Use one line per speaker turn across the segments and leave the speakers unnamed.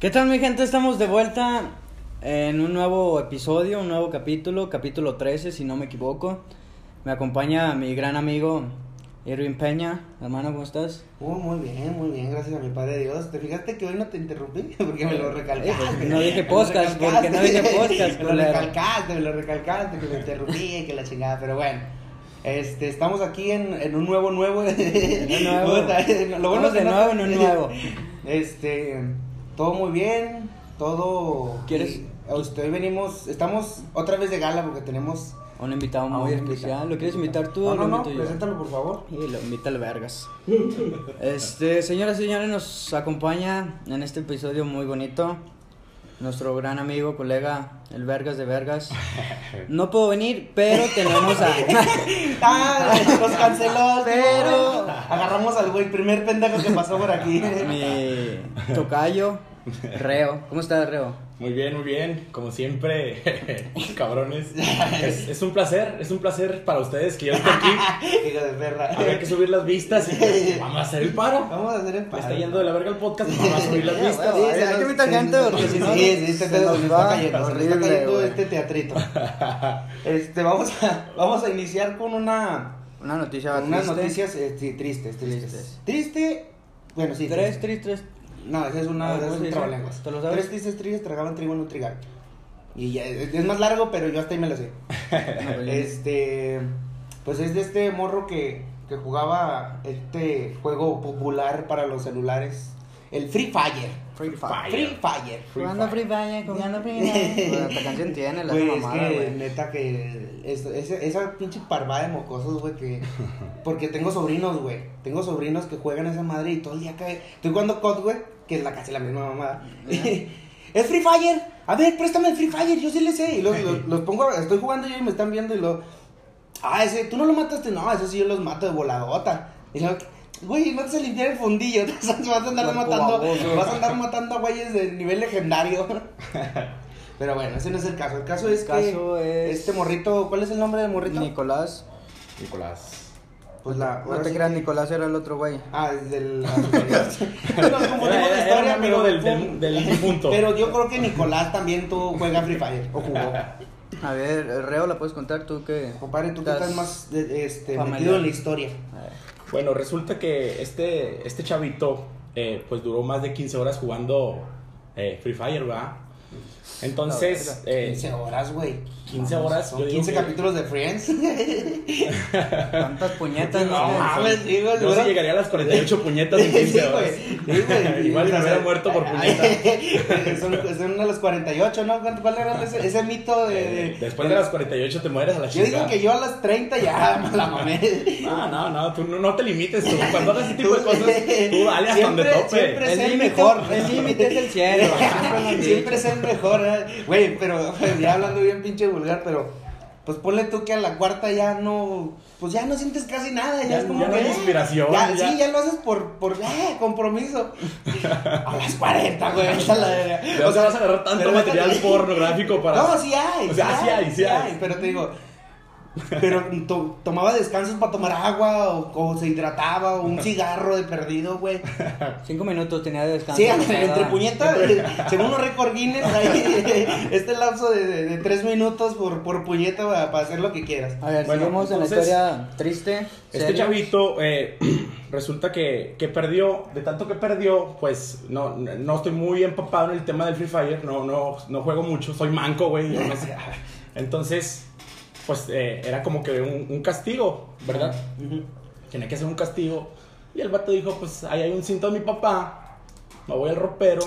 ¿Qué tal mi gente? Estamos de vuelta en un nuevo episodio, un nuevo capítulo, capítulo 13 si no me equivoco. Me acompaña mi gran amigo Irving Peña. Hermano, ¿cómo estás?
Oh, muy bien, muy bien, gracias a mi Padre Dios. ¿Te fijaste que hoy no te interrumpí? Porque me
Eh,
lo
pues,
recalcaste.
no dije podcast,
Me lo
porque no dije
recalcaste.
podcast,
Me lo
culero.
recalcaste, me lo recalcaste, que me interrumpí y que la chingada, pero bueno. Este, estamos aquí en, en un nuevo nuevo.
un nuevo.
Puta, lo
Estamos
bueno es que
de
no-
nuevo en un nuevo.
Este, todo muy bien, todo...
¿Quieres?
y- este, Hoy venimos, estamos otra vez de gala porque tenemos...
Un invitado
a Ah, un
muy
invitado.
especial. ¿Lo quieres invitar tú
No,
o
no,
lo
no,
invito yo?
preséntalo por favor.
Y lo invita al vergas. Este, señoras y señores, nos acompaña en este episodio muy bonito nuestro gran amigo, colega, el vergas de vergas. No puedo venir, pero tenemos a...
Ah, los canceló,
Pero-
pero agarramos al güey, primer pendejo que pasó por aquí.
mi tocayo, Reo. ¿Cómo estás, Reo?
Muy bien, muy bien. Como siempre, cabrones. Es, es un placer, es un placer para ustedes que yo esté aquí.
Hijo de perra.
Habrá que subir las vistas y vamos a hacer el paro.
Vamos a hacer el
Me
paro.
está yendo de la verga el podcast, vamos a subir las
Sí,
vistas.
sí, hay que invitar gente porque si no,
Sí, sí, sí,
se
se nos
nos
está
va
cayendo, se nos está
horrible,
cayendo
güey.
este teatrito. Este, vamos a, vamos a iniciar con una,
Una noticia
con unas
triste.
noticias este, tristes, tristes.
Tristes.
Triste, bueno, sí.
Tres,
triste.
tres, tres.
No, esa es
Ah,
una.
¿cómo
esa es
se
un
dice?
trabalenguas.
¿Te lo sabes?
Tres tristes tristes tragaban trigo en un trigal. Y ya, es, es más largo, pero yo hasta ahí me lo sé.
No, pues,
Este. Pues es de este morro que, que jugaba este juego popular para los celulares: el Free Fire.
Free Fire.
Free Fire.
Jugando Free Fire, jugando Free Fire. Bueno, esta canción tiene la
Güey, es
mamada,
que
güey.
neta que es- ese- esa pinche parvada de mocosos, güey, que porque tengo sobrinos, güey. Tengo sobrinos que juegan esa madre y todo el día cae. Estoy jugando COD, güey, que es la casi la misma mamada. es Free Fire. A ver, préstame el Free Fire, yo sí le sé. Y los, los- los pongo, a- estoy jugando yo y me están viendo y lo Ah, ese, tú no lo mataste, no, ese sí yo los mato de voladota. Y luego, güey, no te se limpiar el fundillo, te vas a- vas a andar
Loco
matando,
baboso.
vas a andar matando a güeyes de nivel legendario. Pero bueno, ese no es el caso. El caso es
El caso
que
es-
este morrito, ¿cuál es el nombre del morrito?
Nicolás.
Nicolás.
Pues la
No
ahora
te
sí
creas,
que-
Nicolás era el otro güey.
Ah, es del Nos confundimos
Era-
de
era
historia,
un amigo
pero
del-
fue
del-
un-
del difunto.
Pero yo creo que Nicolás también tú juega Free Fire o jugó.
A ver, Reo, ¿la puedes contar tú que
Compadre, tú que estás más de- este,
familiar.
metido en la historia.
Bueno, resulta que este, este chavito, eh, pues duró más de 15 horas jugando eh, Free Fire, ¿verdad? Entonces, eh,
15 horas, güey. Ah,
15 horas,
Son
yo digo
15
que-
capítulos de Friends.
¿Cuántas puñetas
No,
no?
mames, digo,
yo sí
bueno.
llegaría a las 48 puñetas en 15 horas.
Sí, güey. Sí, güey.
Igual me
O sea,
hubiera muerto por puñetas.
son, son a los 48, ¿no? ¿Cuánto- ¿Cuál era ese, ese mito de,
Eh,
de-
Después de las 48 te mueres a la
Yo digo
chingada.
que yo a las 30 ya me la mamé.
No, no, no, tú no, no te limites tú. Cuando hagas ese tipo de cosas, tú dale hasta donde
Siempre-
tope.
siempre-
El
Es el
límite,
mejor.
el límite es el cielo. siempre lo han
Siempre
dicho.
es el mejor, ¿eh? güey, pero ya hablando bien pinche vulgar, pero pues ponle tú que a la cuarta ya no, pues ya no sientes casi nada, ya,
Ya-
es como
ya no
que eh,
hay inspiración,
ya,
ya.
sí, ya lo haces por, por ah, compromiso. A las 40, güey, a la verga.
¿De dónde vas a agarrar tanto
pero
material
déjate-
pornográfico para.
No, sí hay.
O sea, sí hay, sí hay.
Pero te digo, pero to- tomaba descansos para tomar agua o, o se hidrataba o un cigarro de perdido, güey.
Cinco minutos tenía de descanso.
Sí,
Cada-
entre, entre puñetas, según los récord Guinness, ahí, este lapso de, de- de tres minutos por, por puñeta para, hacer lo que quieras.
A ver,
Bueno,
seguimos
entonces,
en la historia triste.
Este
seria.
chavito eh, resulta que, que perdió, de tanto que perdió, pues no, no estoy muy empapado en el tema del Free Fire, no, no, no juego mucho, soy manco, güey. yo no sé. Entonces, pues eh, era como que un, un castigo, ¿verdad? Tenía que hacer un castigo. Y el vato dijo, pues ahí hay un cinto de mi papá, me voy al ropero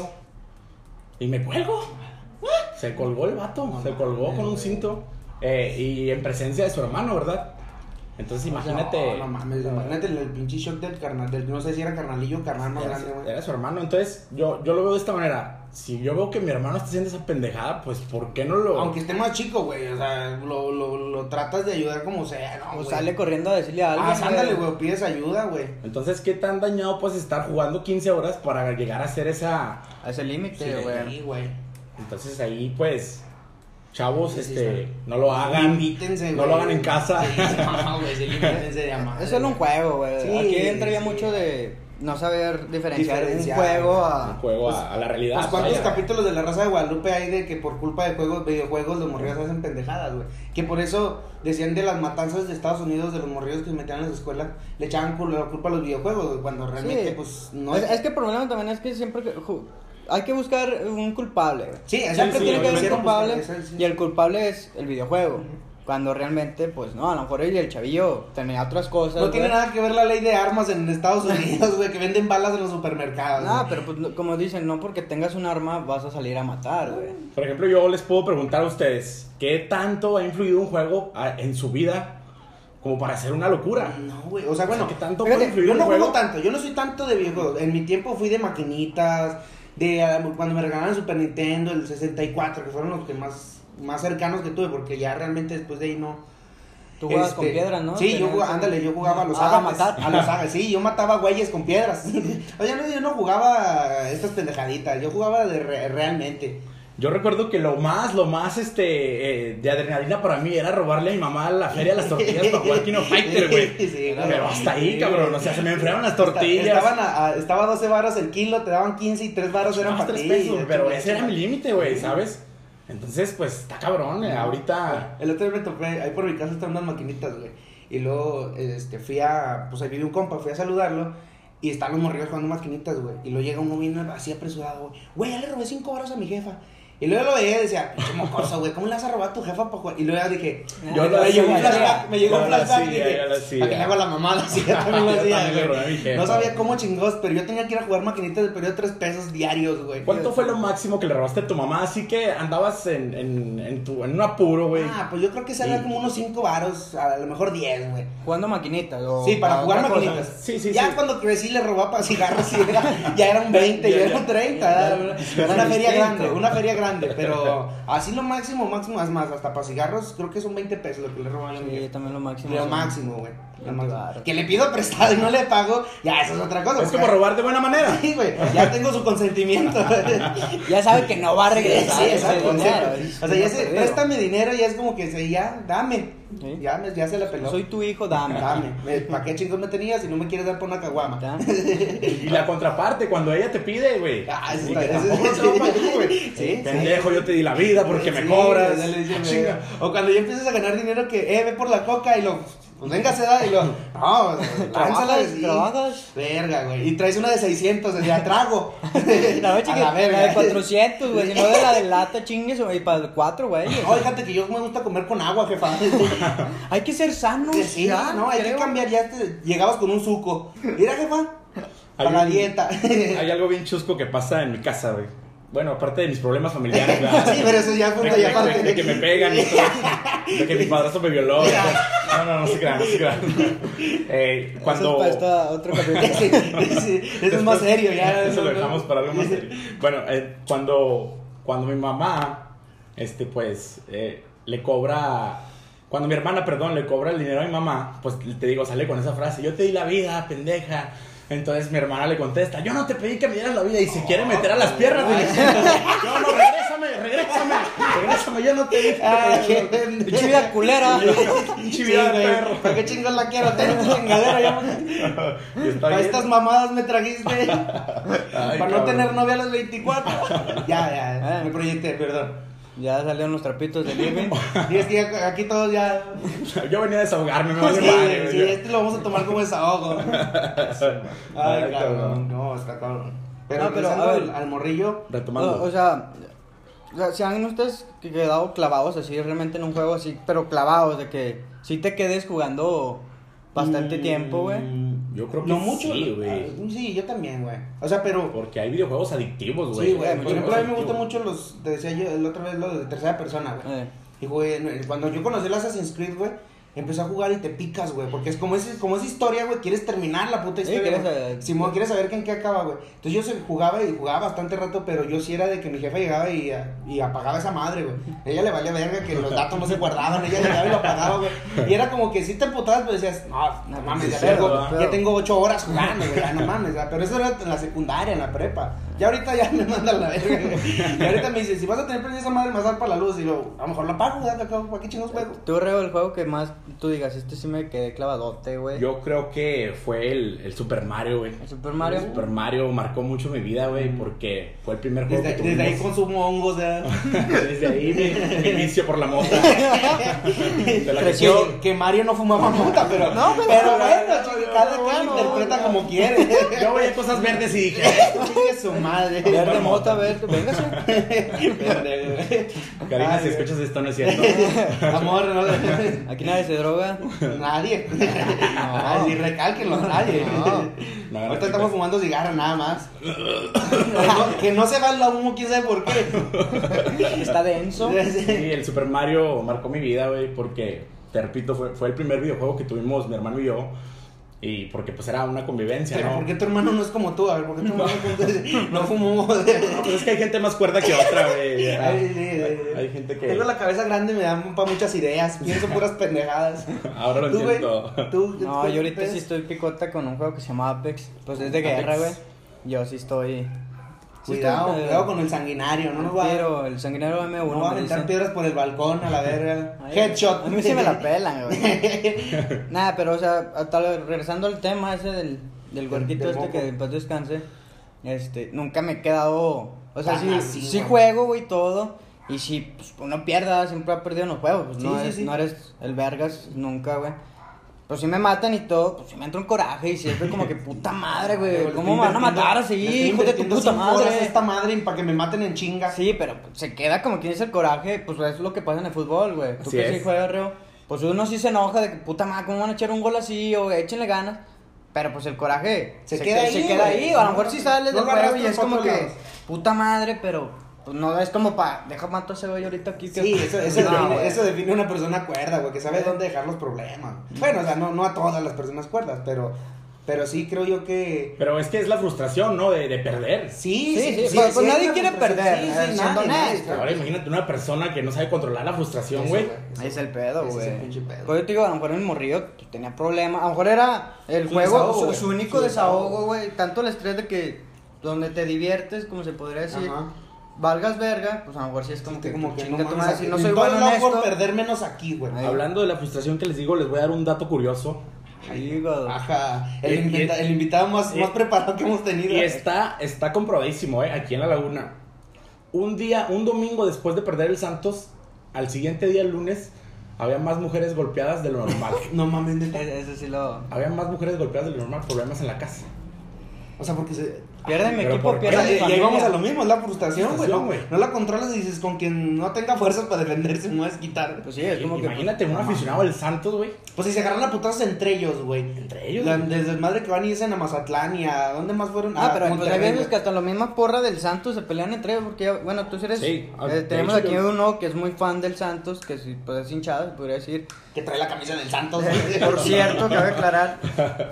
y me cuelgo. Se colgó el vato, se colgó con un cinto eh, y en presencia de su hermano, ¿verdad? Entonces imagínate...
No, no mames, imagínate el, el pinche shock del carnal, del no sé si era carnalillo o carnal más
Era,
grande, güey.
era su hermano, entonces yo, yo lo veo de esta manera. Si yo veo que mi hermano está haciendo esa pendejada, pues ¿por qué no lo...?
Aunque esté más chico, güey, o sea, lo, lo, lo tratas de ayudar como sea, ¿no?
O
güey?
sale corriendo a decirle a alguien.
Ah, ándale, güey, pides ayuda, güey.
Entonces, ¿qué tan dañado puedes estar jugando 15 horas para llegar a hacer esa...?
A ese límite, güey.
Sí, güey.
Entonces ahí, pues, Chavos,
Sí, sí,
este,
sí.
no lo hagan.
Limítense,
No
güey.
lo hagan en casa.
No, güey, sí, límitense de amar.
Es solo un juego, güey.
Sí,
Aquí entra ya
sí.
mucho de no saber diferenciar,
Diferenciar.
un juego
Un
a.
juego a-
Pues,
a, la realidad.
Pues cuántos
vaya.
capítulos de la raza de Guadalupe hay de que por culpa de juegos, videojuegos, los morrillos hacen pendejadas, güey. Que por eso decían de las matanzas de Estados Unidos, de los morrillos que se metían en las escuelas, le echaban cul- la culpa a los videojuegos, güey, cuando realmente,
Sí.
pues, no
es, es que el problema también es que siempre que ju- hay que buscar un culpable. güey.
Sí, pues,
Siempre
sí,
tiene que haber
obviamente.
un culpable y el
culpable
culpable es el videojuego. Cuando realmente, pues no, a lo mejor el el chavillo tenía otras cosas.
No tiene
güey.
nada que ver la ley de armas en Estados Unidos, güey, que venden balas en los supermercados.
Nada,
güey.
pero pues, no- como dicen, no porque tengas un arma vas a salir a matar, güey.
Por ejemplo, yo les puedo preguntar a ustedes, ¿qué tanto ha influido un juego a- en su vida como para hacer una locura?
No, güey, o sea,
Bueno,
bueno,
¿qué tanto
fíjate,
puede influir
yo
un
no
juego?
juego tanto, yo no soy tanto de videojuegos. En mi tiempo fui de maquinitas, de ah, cuando me regalaron el Super Nintendo, el 64, que fueron los que más, más cercanos que tuve, porque ya realmente después de ahí no.
Tú jugabas
Este,
con piedras, ¿no?
Sí, yo
Tenías
jugaba,
un-
ándale, yo jugaba a los
Ah, a
agates,
matar.
a los agates, sí, yo mataba güeyes con piedras. Oye, no, yo no jugaba estas pendejaditas, yo jugaba de re- realmente.
Yo recuerdo que lo más, lo más este eh, de adrenalina para mí era robarle a mi mamá la feria de las tortillas para jugar Kino Fighter, güey.
Sí, güey.
Pero hasta ahí,
Sí,
cabrón,
güey.
o sea, se me enfriaron las
Esta- Estaban
tortillas.
a- a- estaba 12 varos el kilo, te daban 15 y 3 varos eran
Más
para
tres
ti.
pesos,
De
pero
hecho,
ese era mi límite, güey, ¿sabes? Entonces, pues, está cabrón, eh, ahorita...
El otro día me topé, ahí por mi casa están unas maquinitas, güey. Y luego, este, fui a, pues ahí vive un compa, fui a saludarlo. Y están los morrillos jugando maquinitas, güey. Y luego llega uno bien así apresurado, güey. Güey, ya le robé 5 varos a mi jefa. Y luego lo veía y decía, pinche mocoso, güey, ¿cómo le vas a robar a tu jefa para jugar? Y luego ya dije,
Yo
me
lo hacía,
llegó un flashback, me llegó
yo
un
lo
flashback.
hacía,
dije,
yo lo hacía.
¿Para qué le hago a la mamada? Sí, yo también lo
Yo
hacía,
también le
güey.
robé a mi jefa,
No sabía
güey.
cómo chingos, pero yo tenía que ir a jugar maquinitas del periodo 3 pesos diarios, güey.
¿Cuánto fue lo máximo que le robaste a tu mamá? Así que andabas en, en, en tu, en un apuro, güey.
Ah, pues yo creo que será
Sí.
como unos 5 varos, a lo mejor 10, güey.
Jugando maquinitas. o-
Sí, para
o
jugar
otra cosa.
maquinitas.
Sí, sí,
ya
sí.
cuando crecí le robaba para cigarros y era, ya eran 20, ya,
Ya,
eran
ya.
30.
Ya,
una-
ya.
una feria
Distinto.
grande, una feria grande. Pero así lo máximo, máximo, es más, hasta para cigarros creo que son 20 pesos lo que le robaba a
Sí,
mi
yo también lo máximo.
Lo
sí.
máximo, güey. Lo
Veinte
máximo.
varos.
Que le pido prestado y no le pago, ya eso es otra cosa.
es
porque-
como robar de buena manera.
Sí, güey, ya tengo su consentimiento.
Ya sabe que no va a regresar.
Sí,
ese
exacto,
dinero,
exacto.
es
O sea, ya
dinero
se,
perdido.
préstame dinero, ya es como que se, ya, dame.
Sí.
Ya, me- ya se la peló.
Soy tu hijo, dame.
Dame. ¿Para qué chingos me tenías si no me quieres dar por una caguama?
Ya.
Y la contraparte, cuando ella te pide, güey.
Ah, eso
Sí,
está-
que
eso-
tampoco
sí.
te va para tú, güey.
Sí, sí.
Pendejo, yo te di la vida porque me
Sí,
cobras.
dale, dice,
Ah,
me-
chinga.
O cuando ya empiezas a ganar dinero que, eh, ve por la coca y lo, pues venga, se da y lo, no, lánzala
Trabajas,
y-
trabajas.
Verga, güey. Y traes una de 600, de a trago.
La,
A
verdad, chiqui-
la verga.
la de 400, güey. Si no de la de lata, chingues, y para el 4, güey.
No, fíjate que yo me gusta comer con agua, jefa.
Hay que ser sanos.
Sí,
ya,
no, hay que
creo.
cambiar. Ya te- llegabas con un suco. Mira, jefa,
Hay
para la
un-
dieta.
Hay algo bien chusco que pasa en mi casa, güey. Bueno, aparte de mis problemas familiares, ¿verdad?
Sí, pero eso ya es punto y
Ah. de,
aparte.
de- de que me pegan y todo. De que mi padrastro me violó. No, no, no se crean, no se crean. Eh,
Eso
cuando...
es para esta- otro capítulo.
Sí, sí, eso es más serio, ya.
Eso lo
no, no.
dejamos para algo más serio. Bueno, eh, cuando, cuando mi mamá, este, pues, eh, le cobra. Cuando mi hermana, perdón, le cobra el dinero a mi mamá, pues te digo, sale con esa frase: Yo te di la vida, pendeja. Entonces mi hermana le contesta: Yo no te pedí que me dieras la vida. Y se quiere meter a las piernas de mi No, no, regrésame, regrésame, regrésame. Yo no te dije.
Ah, qué
Pinche vida culera.
Pinche
Sí,
vida de
güey,
perro.
¿Para qué chingos la quiero? Ten tu chingadera. ya.
Y está
Para
bien.
estas mamadas me trajiste.
Ay,
para no
cabrón.
tener novia a los 24. ya, ya,
Ah.
me proyecté, perdón.
Ya salieron los trapitos del living.
Y es que ya- aquí todos ya.
Yo venía a desahogarme, me
Sí,
vale madre,
sí,
güey.
este lo vamos a tomar como desahogo. Ay, cabrón.
Ay, cabrón.
No, está cabrón. Pero,
No, pero,
regresando
a ver.
al, al morrillo.
Retomando.
O, o sea, o sea, se han ustedes quedado clavados así, realmente en un juego así, pero clavados, de que si te quedes jugando bastante
mm,
tiempo, güey.
Yo creo que
no mucho.
sí, güey.
ah, Sí, yo también, güey. O sea, pero.
Porque hay videojuegos adictivos, güey.
Sí, güey.
Hay
Por ejemplo, a mí me
videojuegos
gustan mucho los. Te decía yo la otra vez lo de tercera persona, güey.
Eh,
Y güey, en- cuando yo conocí el Assassin's Creed, güey, empecé a jugar y te picas, güey. Porque es como, ese, como esa historia, güey, quieres terminar la puta
Sí,
historia.
quieres,
güey.
eh,
Simón, quieres saber que en qué acaba, güey. Entonces yo se- jugaba y jugaba bastante rato, pero yo sí era de que mi jefa llegaba y, ah, y apagaba esa madre, güey. A Ella le valía verga que los datos no se guardaban, ella llegaba y lo apagaba, güey. Y era como que si te emputabas, pues decías, no, no mames,
sí,
ya,
sí,
vergo,
¿verdad?
ya tengo ocho horas jugando, güey, ya no mames, ¿verdad? pero eso era en la secundaria, en la prepa. Ya ahorita ya me manda la verga, güey. Y ahorita me dice, si vas a tener prendida esa madre, me vas a dar para la luz. Y yo, a lo mejor la pago, ¿verdad? ¿Para qué chingados juego?
Tú, Reo, el juego que más tú digas, este sí me quedé clavadote, güey.
Yo creo que fue el, el Super Mario, güey.
¿El Super Mario?
El Super Mario marcó mucho mi vida, güey, porque fue el primer juego
Desde,
que
desde ahí
tuvimos.
consumo hongos, ¿verdad?
Desde ahí mi, mi vicio por la mota. De la que
Creció.
quiero-
Que, que Mario no fumaba mota, pero.
No,
pero,
pero-
bueno, chico, cada
no,
quien
no,
interpreta
no.
como quiere.
Yo veía cosas verdes y dije,
Chingue su madre.
Verde mota, verde, véngase.
Pendejo.
Karina,
Ay,
si
güey.
escuchas esto, no es cierto.
Amor, no.
Aquí nadie se droga.
Nadie. Así recálquenlo, nadie.
No.
No,
Ahorita
gracias.
estamos fumando cigarro nada más. que, no, que no se va el humo, quién sabe por qué.
Está denso.
Sí, el Super Mario marcó mi vida, güey, porque, te repito, fue, fue el primer videojuego que tuvimos mi hermano y yo. Y porque pues era una convivencia,
Pero,
¿no?
¿Por qué tu hermano no es como tú? A ver, ¿por qué tu hermano no fumó?
No, pues es que hay gente más cuerda que otra, güey. Era-
Ay, sí, sí, sí.
Hay gente que...
Tengo la cabeza grande y me dan para muchas ideas. Pienso puras pendejadas.
Ahora lo
¿Tú, güey?
entiendo.
¿Tú,
No,
tú, pues,
yo ahorita
ustedes?
sí estoy picota con un juego que se llama Apex. Pues es de
Apex.
guerra, güey. Yo sí estoy. sí
Cuidado,
estoy-
cuidado con el sanguinario. No nos va,
Pero el sanguinario M1.
no va a
me
aventar
dicen.
piedras por el balcón a la verga.
Ay,
Headshot.
A mí sí me la pelan, güey. Nada, pero o sea, hasta regresando al tema ese del, del huerquito
del
este
moco.
que en paz descanse, este, nunca me he quedado. O sea,
Tan
sí,
así,
sí
Ah, güey.
juego, güey, todo. Y si pues, uno pierda, siempre ha perdido en los juegos. Pues,
Sí,
no,
sí,
eres,
sí.
no eres el vergas nunca, güey. Pues si me matan y todo, pues si me entra un coraje y siempre como que puta madre, güey.
Pero
¿Cómo
estoy
me van a
invirtiendo-
matar
le
así,
estoy
hijo de tu
invirtiendo
puta
cinco horas a
madre?
esta madre para que me maten en chinga.
Sí, pero se queda como quien es el coraje, pues es lo que pasa en el fútbol, güey. Tú
Así
que
es.
sí juegas, Reo, pues uno sí se enoja de que puta madre, ¿cómo van a echar un gol así? O échenle ganas. Pero pues el coraje
Se queda ahí,
se queda
güey.
ahí. O a lo mejor si sales
No
del
lo
juego y
arrastras
es
pa'
como
otro
que
lado.
puta madre, pero pues no es como pa, deja mato a ese güey ahorita aquí. que-
Sí, eso, eso,
No,
define,
güey.
eso define una persona cuerda, güey, que sabe dónde dejar los problemas.
Mm.
Bueno, o sea, no, no a todas las personas cuerdas, pero, pero sí creo yo que...
Pero es que es la frustración, ¿no? De, de perder.
Sí,
Sí, sí, pues, pues,
hay
nadie
una
quiere
frustración.
perder,
Sí,
eh,
sí,
siendo
nadie, nadie,
honesto.
claro.
Ahora imagínate una persona que no sabe controlar la frustración,
Eso,
güey.
eso,
Ahí es el pedo,
ese es
güey.
el pinche pedo.
Pues yo te digo, a lo mejor el morrillo pues, tenía problemas. A lo mejor era el
Su
juego,
desahogo,
su-
güey.
su, único
Su desahogo.
desahogo, güey. Tanto el estrés de que donde te diviertes, como se podría decir,
Ajá.
valgas verga, pues a lo mejor sí es como
Sí,
que,
como que
chinga
no
tu
mames,
madre, si no
en
soy
todos
bueno en
lados puedo
esto.
perder menos aquí, güey.
Ahí.
Hablando de la frustración que les digo, les voy a dar un dato curioso.
Ahí, güey.
Ah. Ajá,
Eh,
el,
Y-
invita-
y-
el invitado más,
y-
más preparado que hemos tenido.
Y está, está comprobadísimo, ¿eh? Aquí en la laguna. Un día, un domingo después de perder el Santos, al siguiente día, el lunes, había más mujeres golpeadas de lo normal.
No mames, neta.
E- Ese sí lo.
había más mujeres golpeadas de lo normal, problemas en la casa.
O sea, porque se...
Pierde mi
pero
equipo,
¿por qué?
O sea,
pierde mi
y y ahí
familia.
vamos a lo mismo, es la frustración, güey.
Frustración,
No,
güey.
no la controlas y dices, con quien no tenga fuerzas para defenderse, me vas a quitar.
Pues sí, es como que.
Imagínate, un aficionado del Santos, güey.
Pues si se agarran a putazos entre ellos, güey.
Entre ellos,
La-
güey.
Desde el madre que van y dicen a Mazatlán y a... ¿Dónde más fueron?
Ah,
A
pero pues hay
Monterrey,
veces que
güey.
hasta la misma porra del Santos se pelean entre ellos porque, ya- bueno, tú sí eres...
Sí,
eh,
ah, de
tenemos
hecho,
aquí
yo-
uno que es muy fan del Santos, que sí, pues es hinchado, se podría decir.
Que trae la camisa del Santos.
Por cierto, cabe aclarar.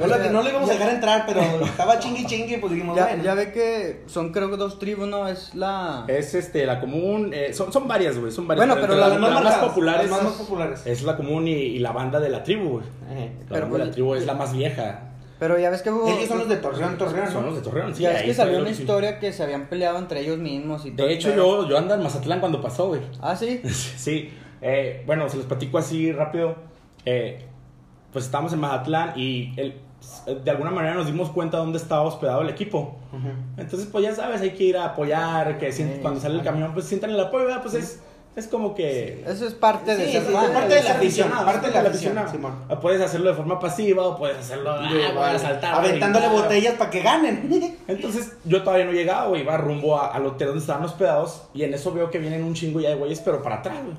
Es la que no le íbamos a
ya,
dejar entrar, pero estaba chingui chingui, pues dijimos,
ya,
bueno.
ya ve que son creo que dos tribus, ¿no? Es la...
Eh,
Es este, la común. eh, son, son varias, güey. Son varias.
Bueno, pero
entre
las más
más
marcadas,
populares.
las más populares.
Es eh, la común y, y la banda de la tribu, güey.
Ajá.
La
Pero
banda de la
pues-
tribu es la más vieja.
Pero ya ves que hubo...
Ellos son los de Torreón, Torreón.
Son los de Torreón, sí.
ya ves
ahí
que
fue
salió
el
una
origen.
historia que se habían peleado entre ellos mismos y todo
De
el
hecho,
pedo.
yo, yo ando en Mazatlán cuando pasó, güey.
Ah, sí.
Sí, eh, bueno, se los platico así rápido. Eh, pues estábamos en Mazatlán y el- de alguna manera nos dimos cuenta dónde estaba hospedado el equipo.
Ajá.
Entonces, pues ya sabes, hay que ir a apoyar, que sient-
Sí,
cuando sale el
claro.
camión, pues sientan el apoyo, ¿verdad? pues es, es como que...
Eso es parte de
Sí,
ser
sí,
fan.
es parte de la
ser
afición,
aficionado,
parte de la
ser
afición,
aficionado. Ah, Puedes hacerlo de forma pasiva o puedes hacerlo ah, voy a saltar,
Aventándole
brincar.
botellas para que ganen.
Entonces yo todavía no llegaba, güey, iba rumbo a- al hotel donde estaban hospedados y en eso veo que vienen un chingo ya de güeyes, pero para atrás, güey.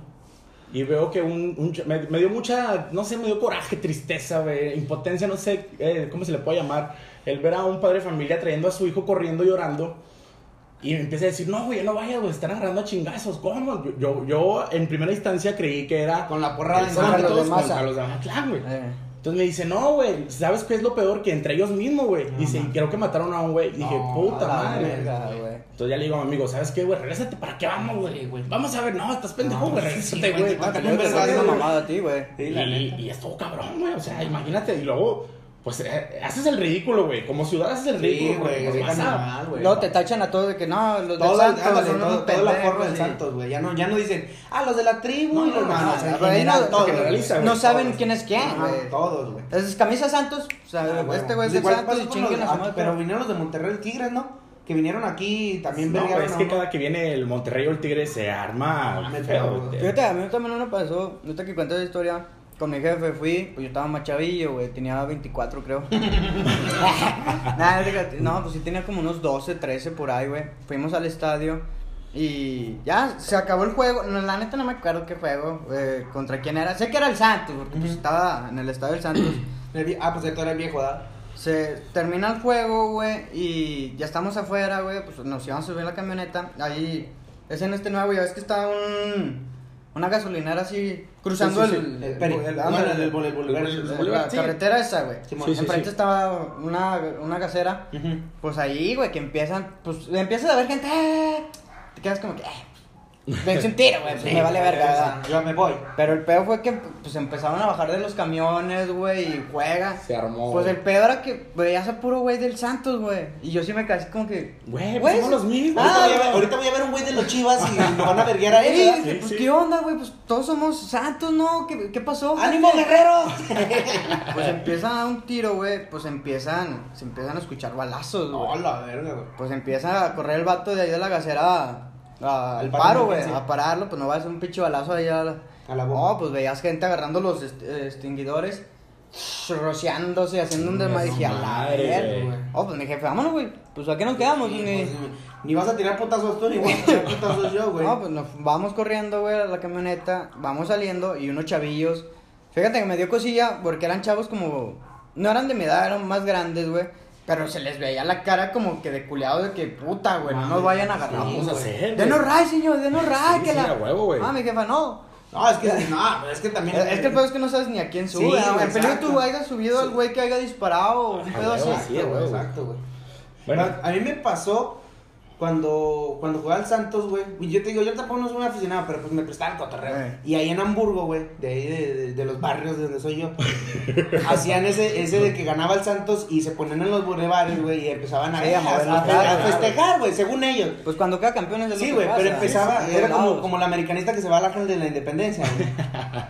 Y veo que un... un ch- me, me dio mucha, no sé, me dio coraje, tristeza, güey, impotencia, no sé eh, cómo se le puede llamar. El ver a un padre de familia trayendo a su hijo corriendo, llorando. Y me empieza a decir, no, güey, no vayas, güey, están agarrando a chingazos, ¿cómo? Yo, yo, yo, en primera instancia creí que era...
Con la porra de ah.
el
Contra
Santos.
los
Santos
de Maza.
contra los de Mazatlán, güey.
Eh,
Entonces me dice, no, güey, ¿sabes qué es lo peor? Que entre ellos mismos, güey. dice, y creo que mataron a un güey. Dije,
No,
puta
a la
madre.
verga, güey.
Entonces ya le digo a mi amigo, ¿sabes qué, güey? Regrésate, ¿para qué vamos, güey? Vamos a ver, no, estás pendejo,
No,
güey,
sí,
regrésate,
güey,
güey.
te va a
Tácale
caer un
un vergazo,
Estás
vergazo,
güey".
mamada a ti, güey.
Sí, la
Y,
neta.
y estuvo cabrón, güey, o sea, imagínate. Y luego pues eh, haces el ridículo, güey. Como ciudad haces el
Sí,
ridículo, güey.
güey,
Pues,
deja
vas a-
normal, güey.
Luego te tachan a todos de que no, los del
Todo la,
Santos
ándale,
son
todo,
unos
toda la
pendejos,
porra del
y-
Santos, güey. Ya no, ya no dicen, ah, los de la tribu.
No,
y los-
no, no,
o sea,
no,
en
no,
general,
no,
todos,
se generaliza, güey,
No saben
todos.
quién es quién,
Ajá,
güey.
Todos, güey.
Entonces, camisa Santos, o sea,
Ah, güey.
este güey es el
Igual
Santos y
pasó con los-
chinguen a
ah,
su madre.
Pero vinieron los de Monterrey, el Tigres, ¿no? Que vinieron aquí y también
No,
vergaron
es
a
que
uno.
cada que viene el Monterrey o el Tigre se arma.
Mames,
feo,
pero-
güey.
Fíjate, a mí también no me pasó. Ahorita que cuento esa historia, con mi jefe fui, pues yo estaba más chavillo, güey. Tenía 24, creo. Nah, fíjate, no, pues sí tenía como unos 12, 13 por ahí, güey. Fuimos al estadio y ya se acabó el juego. No, la neta no me acuerdo qué juego, eh, contra quién era. Sé que era el Santos, porque pues
Ujú.
estaba en el estadio del Santos.
El vie- Ah, pues de todo era el viejo, ¿verdad?
Se termina el juego, güey, y ya estamos afuera, güey, pues nos íbamos a subir la camioneta. Ahí es en este nuevo, ya ves que está un, una gasolinera así cruzando
Sí, sí, sí.
el,
El peri-
el-
no,
ándale,
el- el- el- el-
la
el-
Boulevard, sí.
carretera esa, güey.
Simón.
Sí, sí,
Enfrente
sí.
estaba una, una gasera.
Ujú.
Pues ahí, güey, que empiezan, pues empiezas a ver gente, ¡ah! te quedas como que, eh, ven un tiro, güey, pues, me vale verga, ¿verdad?
Yo me voy.
Pero el pedo fue que pues empezaron a bajar de los camiones, güey, y juega.
Se armó,
Pues
güey.
el pedo era que veías a puro güey del Santos, güey. Y yo sí me quedé así como que.
Güey, pues somos los mismos.
Ahorita
Ah,
voy a ver-
güey.
Ahorita voy a ver un güey de los chivas y lo van a verguiar a
Ey,
él. ¿verdad?
dije, pues
sí.
qué onda, güey, pues todos somos Santos, ¿no? ¿Qué, qué pasó? güey?
¡Ánimo, guerrero!
Pues empiezan a dar un tiro, güey, pues empiezan, se empiezan a escuchar balazos, güey.
No, la verga, güey.
Pues empieza a correr el vato de ahí de la gasera a- a- al
Al
paro,
paro de
güey,
emergencia.
a pararlo, pues no va a ser un pinche balazo ahí a la...
A la bomba.
No, pues veías gente agarrando los est- eh, extinguidores, rociándose, haciendo un
Chinga
desmadre,
su
dije, a la
madre,
verga,
güey.
Oh, pues mi jefe, vámonos, güey, pues aquí nos quedamos, ni...
Pues, Ni vas a tirar putazos tú, ni voy a tirar putazos yo, güey.
No, pues nos vamos corriendo, güey, a la camioneta, vamos saliendo y unos chavillos. Fíjate que me dio cosilla porque eran chavos como. No eran de mi edad, eran más grandes, güey. Pero se les veía la cara como que de culeado de que puta, güey, no nos vayan a agarrar.
vamos a hacer, güey.
Denos ray, señor, denos ray,
Sí,
que
sí,
la.
a huevo, güey.
Ah, mi jefa, no.
No, es que, no, es que también.
Es es que el pedo es que no sabes ni a quién sube.
Sí,
ah,
güey,
en peligro
exacto.
tú hayas subido al
Sí.
güey que haya disparado o un
Ah,
pedo así.
huevo, sí,
Exacto, güey,
güey.
exacto, güey.
Bueno.
A- A mí me pasó cuando, cuando jugaba al Santos, güey. Y yo te digo, yo tampoco no soy un aficionado, pero pues me prestaba el cotorreo.
Eh.
Y ahí en Hamburgo, güey, de ahí de, de- de los barrios de donde soy yo, hacían ese, ese de que ganaba el Santos y se ponían en los bulevares, güey, y empezaban a,
Sí, a mover
a-
la
a-
cara,
a festejar, güey, según ellos.
Pues cuando queda campeón es lo
Sí,
que
güey,
pasa.
pero empezaba,
Sí, sí,
era
todos
como,
lados.
como la americanista que se va a la gente de la independencia, güey.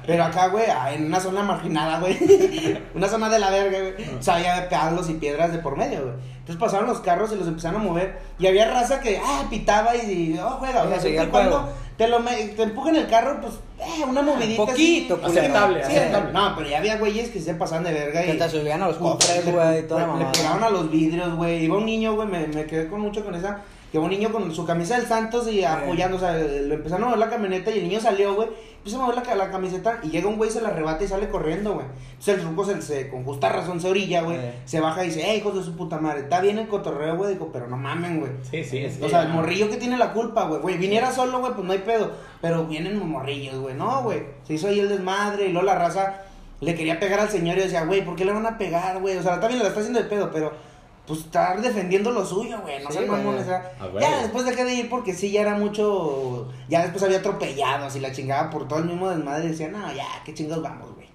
Pero acá, güey, ah, en una zona marginada, güey. una zona de la verga, güey. O sea, había palos y piedras de por medio, güey. Entonces pasaron los carros y los empezaron a mover. Y había raza que, ah, pitaba y, y, oh, juega. O sea,
Sí,
siempre
seguía
y
el
cuando
juego.
te, lo me- te empujan el carro, pues, eh, una movidita.
Poquito, pues,
así.
culero.
Aceptable,
Sí,
aceptable.
No, pero ya había güeyes que se pasaban de verga
Que
y.
te subían a los cofres,
pues, Le-
güey, y toda la
le-
mamada.
Le pegaron a los vidrios, güey. Iba un niño, güey, me, me quedé con mucho con esa. Que iba un niño con su camisa del Santos y apoyando, o sea, lo empezaron a mover la camioneta y el niño salió, güey. Empezó a mover la, ca- la camiseta y llega un güey, se la arrebata y sale corriendo, güey. Entonces el truco se, se- con justa razón se orilla, güey.
Eh.
Se baja y dice, eh, hijos de su puta madre, está bien el cotorreo, güey. Digo, pero no mamen, güey.
Sí, sí, sí.
O sea, el morrillo que tiene la culpa, güey. Güey, viniera solo, güey, pues no hay pedo. Pero vienen morrillos, güey. No, güey. Se hizo ahí el desmadre y luego la raza le quería pegar al señor y decía, güey, ¿por qué le van a pegar, güey? O sea, también la está haciendo de pedo, pero pues estar defendiendo lo suyo, güey. No
Sí,
sean
güey.
mamones, o sea,
Ah, güey.
Ya después dejé de ir porque sí, ya era mucho. Ya después había atropellados y la chingada por todo el mismo desmadre. Y decía, no, ya, qué chingados vamos, güey.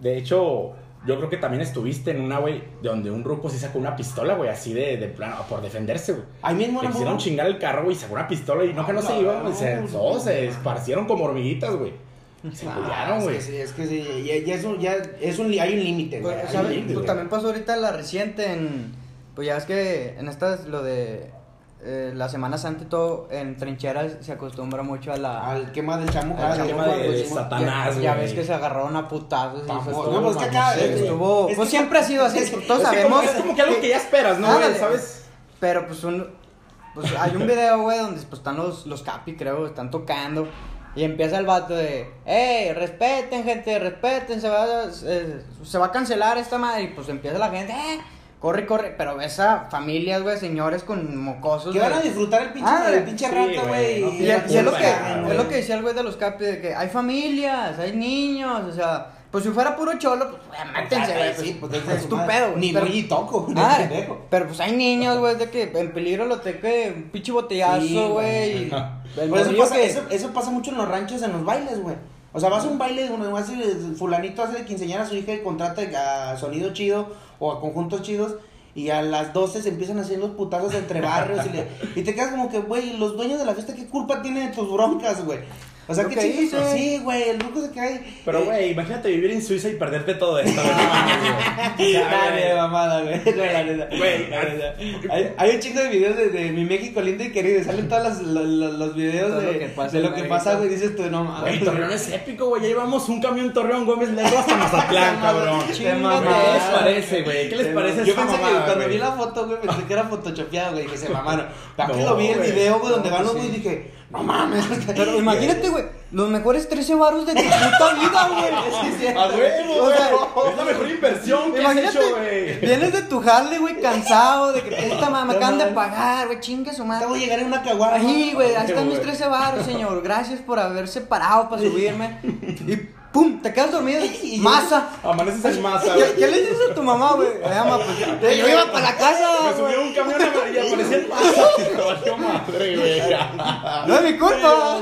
De hecho, yo creo que también estuviste en una, güey, donde un ruco sí sacó una pistola, güey, así de, de plano, por defenderse, güey.
Ahí mismo
Le
era
quisieron chingar el carro, güey, sacó una pistola y no que no se iba, güey, se, no, se esparcieron como hormiguitas, güey. Se
Ah,
culiaron,
es
güey.
que sí, es que sí, ya, ya es un, ya es un, li- hay un límite, güey.
Pues,
hay un
¿sabes?
límite,
Pues,
güey.
también pasó ahorita la reciente en... Pues ya es que en estas lo de... eh, la Semana Santa y todo en trincheras se acostumbra mucho a la...
Al quema del chamuco.
al
al
chamuco,
tema
chamuco,
de-
pues,
de
sí,
Satanás.
ya,
güey.
ya ves que se agarraron a putazos y
Vamos,
eso
no, pues, que acá-
mamoncete,
es que-
estuvo-
es
pues
que-
siempre ha sido así,
es que-
todos
Es que
sabemos. Ah,
como, es como que algo que ya esperas, ¿no, güey?
Ándale.
¿Sabes?
Pero pues un... Pues hay un video, güey, donde pues, están los, los capi, creo, están tocando. Y empieza el vato de, hey, respeten, gente, respeten, se va, a- eh, se va a cancelar esta madre. Y pues empieza la gente, eh, corre, corre. Pero ves a familias, güey, señores con mocosos.
Que van a
güey.
disfrutar el pinche,
Ah,
el pinche
sí,
rato, güey.
güey, no
Y,
tiene
es- y es, lo
culpa,
que,
güey.
es lo que decía el güey de los capis, de que hay familias, hay niños, o sea, pues si fuera puro cholo, pues güey, mátense, güey.
Sí, pues,
pues,
dense a su madre.
estupendo, güey.
Ni
Pero-
voy y toco. ni
Ah,
pendejo.
pero pues hay niños, güey, de que en peligro lo te que un pinche
Sí,
botellazo,
güey.
güey. y el
Por eso
morrillo
pasa,
que-
eso, eso pasa mucho en los ranchos, en los bailes, güey. O sea, vas a un baile, bueno, vas a ir, fulanito hace de quinceañera a su hija y contrata a sonido chido o a conjuntos chidos y a las 12 se empiezan a hacer los putazos entre barrios y, le- y te quedas como que, güey, los dueños de la fiesta, ¿qué culpa tienen de tus broncas, güey? O sea,
Lo
¿qué
que
chingas?
hice.
Sí, güey, el loco se cae.
Pero,
eh,
güey, imagínate vivir en Suiza y perderte todo esto. güey. No mames, güey. Ya,
Ah,
güey.
de mamada, güey. Güey, la neta.
Güey, ah,
La neta. hay, hay un chingo de videos de, de mi México lindo y querido. y Salen todos los, los, los- los videos
Todo
de
lo que pasa
de
en
lo que
México.
pasa, güey. Dices tú, no mames.
Güey, Torreón es épico, güey. Ya llevamos un camión Torreón Gómez Negro hasta Mazatlán, cabrón.
Te
¿Qué
mamaste.
les parece, güey? ¿Qué les
Te
parece
mam- Yo
esa
pensé que
mamada,
cuando
güey?
vi la foto, güey, pensé que era photoshopeada, güey. Que se mamaron. Pero aquí
No,
lo vi el
güey. pues
video, güey, donde
No,
van los
sí.
güeyes y dije, no mames.
Pero imagínate, güey, los mejores 13 baros de tu puta vida, güey.
A huevo,
O sea,
güey. Es la mejor inversión que has
Imagínate,
hecho, güey.
vienes de tu jale, güey, cansado de que esta mamá me
No
acaban de
mames.
pagar, güey, chingue su madre.
Acabo de llegar en una caguama.
Ahí, güey, ahí
Qué
están mis
bueno.
13 baros, señor. Gracias por haberse parado para subirme. Y pum, te quedas dormido. Masa.
Amaneces en masa,
¿Qué,
güey.
qué le dices a tu mamá, güey? Ay, mamá, pues, te- yo iba para la casa,
Me subí a
güey.
un camión y aparecí en masa. Me valió madre, güey.
No es mi culpa.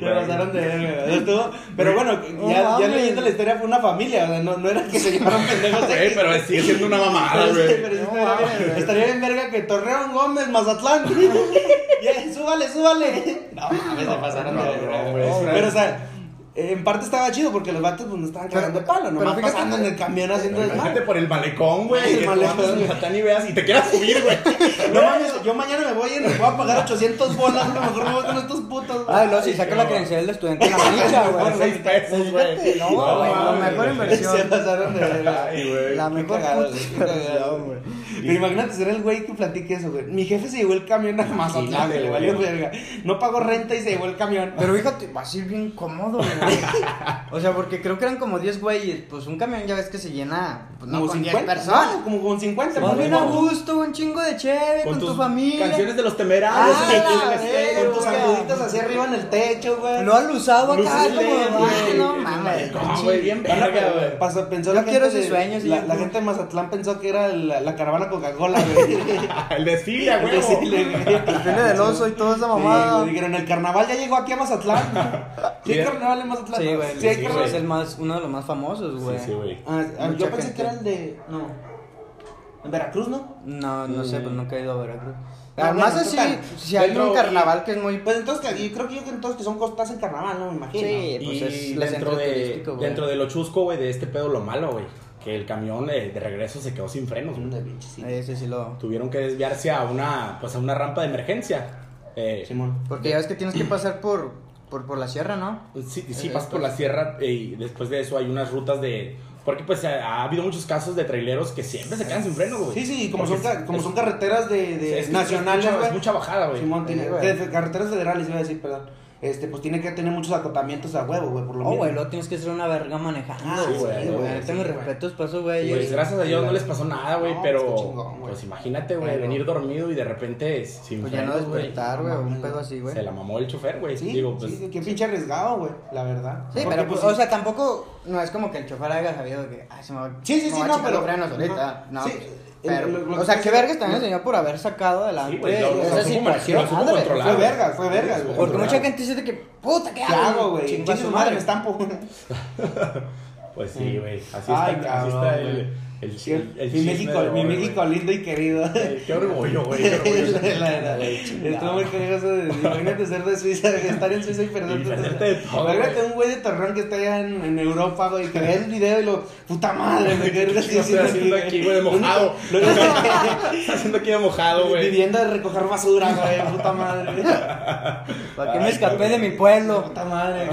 Me pasaron de verga, ¿verdad? Estuvo- Pero bueno,
No
ya, ya
mames.
leyendo la historia fue una familia, o sea, no, no era que se llevaron pendejos.
Güey,
X.
pero sigue siendo una mamada,
Pero sí,
güey.
pero sí
No
estaría, bien,
mames, güey.
estaría bien verga que Torreón Gómez, Mazatlán. Ya, súbale, súbale. No, mames, se pasaron
no,
de verga,
no,
güey.
güey.
Pero o sea, en parte estaba chido porque los vatos pues, no estaban
Pero-
cagando palo,
pero
nomás
fíjate-
pasando en el camión haciendo
Imagínate
desmadre.
por el malecón, güey.
El
Que tú
malecón,
andas en
güey.
Yucatán y veas y te quieras subir, güey.
No mames, yo mañana me voy y me voy a pagar 800 bolas, a lo mejor me voy con estos putos. güey.
Ay, Ah, no, si saca la credencial del estudiante en la mancha,
Por
güey.
seis
Pues
pesos, güey.
No, güey, la
mames,
mejor
güey.
Se
inversión.
pasaron de verga.
Ay, güey.
La
Qué
mejor
cagado,
puta
güey, qué cagado,
inversión, güey.
Pero imagínate ser el güey que platique eso, güey. Mi jefe se llevó el camión a Mazatlán, güey. le valió verga. No pagó renta y se llevó el camión.
Pero fíjate, va a ser bien cómodo, güey. O sea, porque creo que eran como 10 güeyes. Pues un camión ya ves que se llena pues, no,
como
con 10
50
personas.
no, como con 50.
Vas
güey.
bien a gusto, un chingo de chévere con, tu
tus
familia.
Canciones de los temerarios.
Ah, la verga.
Con tus sacuditas hacia arriba en el techo, güey. Ah,
Lo al usado acá,
Luces LED,
como, ay,
güey.
no mames.
No, güey, bien
Van a-
verga, güey.
pasó- pensó
Yo
la gente
quiero ese
de-
sueño,
la,
señor.
la gente de Mazatlán pensó que era la, la caravana Coca-Cola, güey.
Ah, El desfile, güey.
El pene del oso y toda esa mamada.
Sí, dijeron, el carnaval ya llegó aquí a Mazatlán. ¿Sí hay
Sí.
carnaval en Mazatlán?
Sí, güey.
Sí, hay
sí,
carnaval.
güey.
es el más, uno de los más famosos, güey.
Ah, ah, yo
Mucha
pensé
gente.
que era el de. No. En Veracruz, ¿no?
No, no sé, pues nunca he ido a Veracruz.
No,
Además,
bueno,
así,
total.
si hay
Pero-
un carnaval que es muy.
Pues entonces, que- yo creo que yo que entonces que son costas en carnaval, ¿no? Me imagino.
Sí, pues
Y
es la
dentro
centro
de,
turístico, güey.
dentro de lo chusco, güey, de este pedo lo malo, güey. Que el camión eh, de regreso se quedó sin frenos, güey.
De pinche sí.
Ese sí lo.
Tuvieron que desviarse a una, pues, a una rampa de emergencia. Eh,
Simón.
Porque ya ves que tienes que pasar por, por, por la sierra, ¿no?
pues, Sí, sí vas por
pues
la sierra eh, y después de eso hay unas rutas de... Porque pues ha, ha habido muchos casos de traileros que siempre se quedan sin freno, güey.
Sí, sí, como,
Porque
son, ca-
es-
como
es-
son carreteras de,
es-
de
es-
nacionales,
Es mucha,
güey.
es mucha bajada, güey.
Simón tiene,
Sí, güey.
de- de carreteras federales, iba a decir, perdón. Este, pues tiene que tener muchos acotamientos a huevo, güey, por lo
Oh,
menos.
güey, luego tienes que ser una verga manejando.
Ah,
sí, güey,
güey.
güey,
Tengo mis
sí, güey.
respetos para esos güeyes.
Pues gracias a Dios no les pasó nada, güey,
No,
pero
pues, qué chingón, güey.
pues imagínate, güey,
Pero-
venir dormido y de repente sin
Pues ya no
frenos, güey.
despertar, güey,
No
un
mames,
pedo así, güey.
Se la mamó el chofer, güey.
Sí,
Digo, pues
sí, qué pinche arriesgado, güey, la verdad.
Sí,
Porque,
pero pues, o sea, tampoco no es como que el chofer haya sabido que, ay, se me va
Sí,
me
sí, sí,
va a
no,
chingar
pero-
los frenos ahorita.
Ajá.
No, pues,
Sí,
pero,
el- lo- lo
o sea,
que-
qué vergas también el señor por haber sacado adelante
Sí, güey, lo-
lo
esa
supo
situación.
manejar, lo supo
ándale.
controlar.
Fue vergas, fue vergas, güey.
porque mucha
Controlar.
gente dice de que, puta, ¿qué
¿Qué hago,
hago?
ah, güey?
Chingo a
Chingue su madre, me estampo.
Pues sí, güey. Así,
Ay,
está,
cabrón,
así está el,
güey.
el,
Sí,
el- el
mi
chisme
México,
de
mi
hoy,
México
güey.
lindo y querido.
Eh, Qué orgullo, güey. Qué orgullo.
La verdad. Estuvo muy curioso. de- Imagínate ser de Suiza, estar en Suiza y
Y
perderte.
perderte de todo,
Imagínate
güey.
un güey de Torreón que está allá en, en Europa, güey, que ve el video y lo. ¡Puta madre! Me
¿Qué
quedé
estoy haciendo aquí, güey, de mojado? Está haciendo aquí de mojado, güey.
Viviendo de recoger basura, güey, puta madre.
¿Para qué me
Ay,
escapé
cabrón.
de mi pueblo?
Puta madre.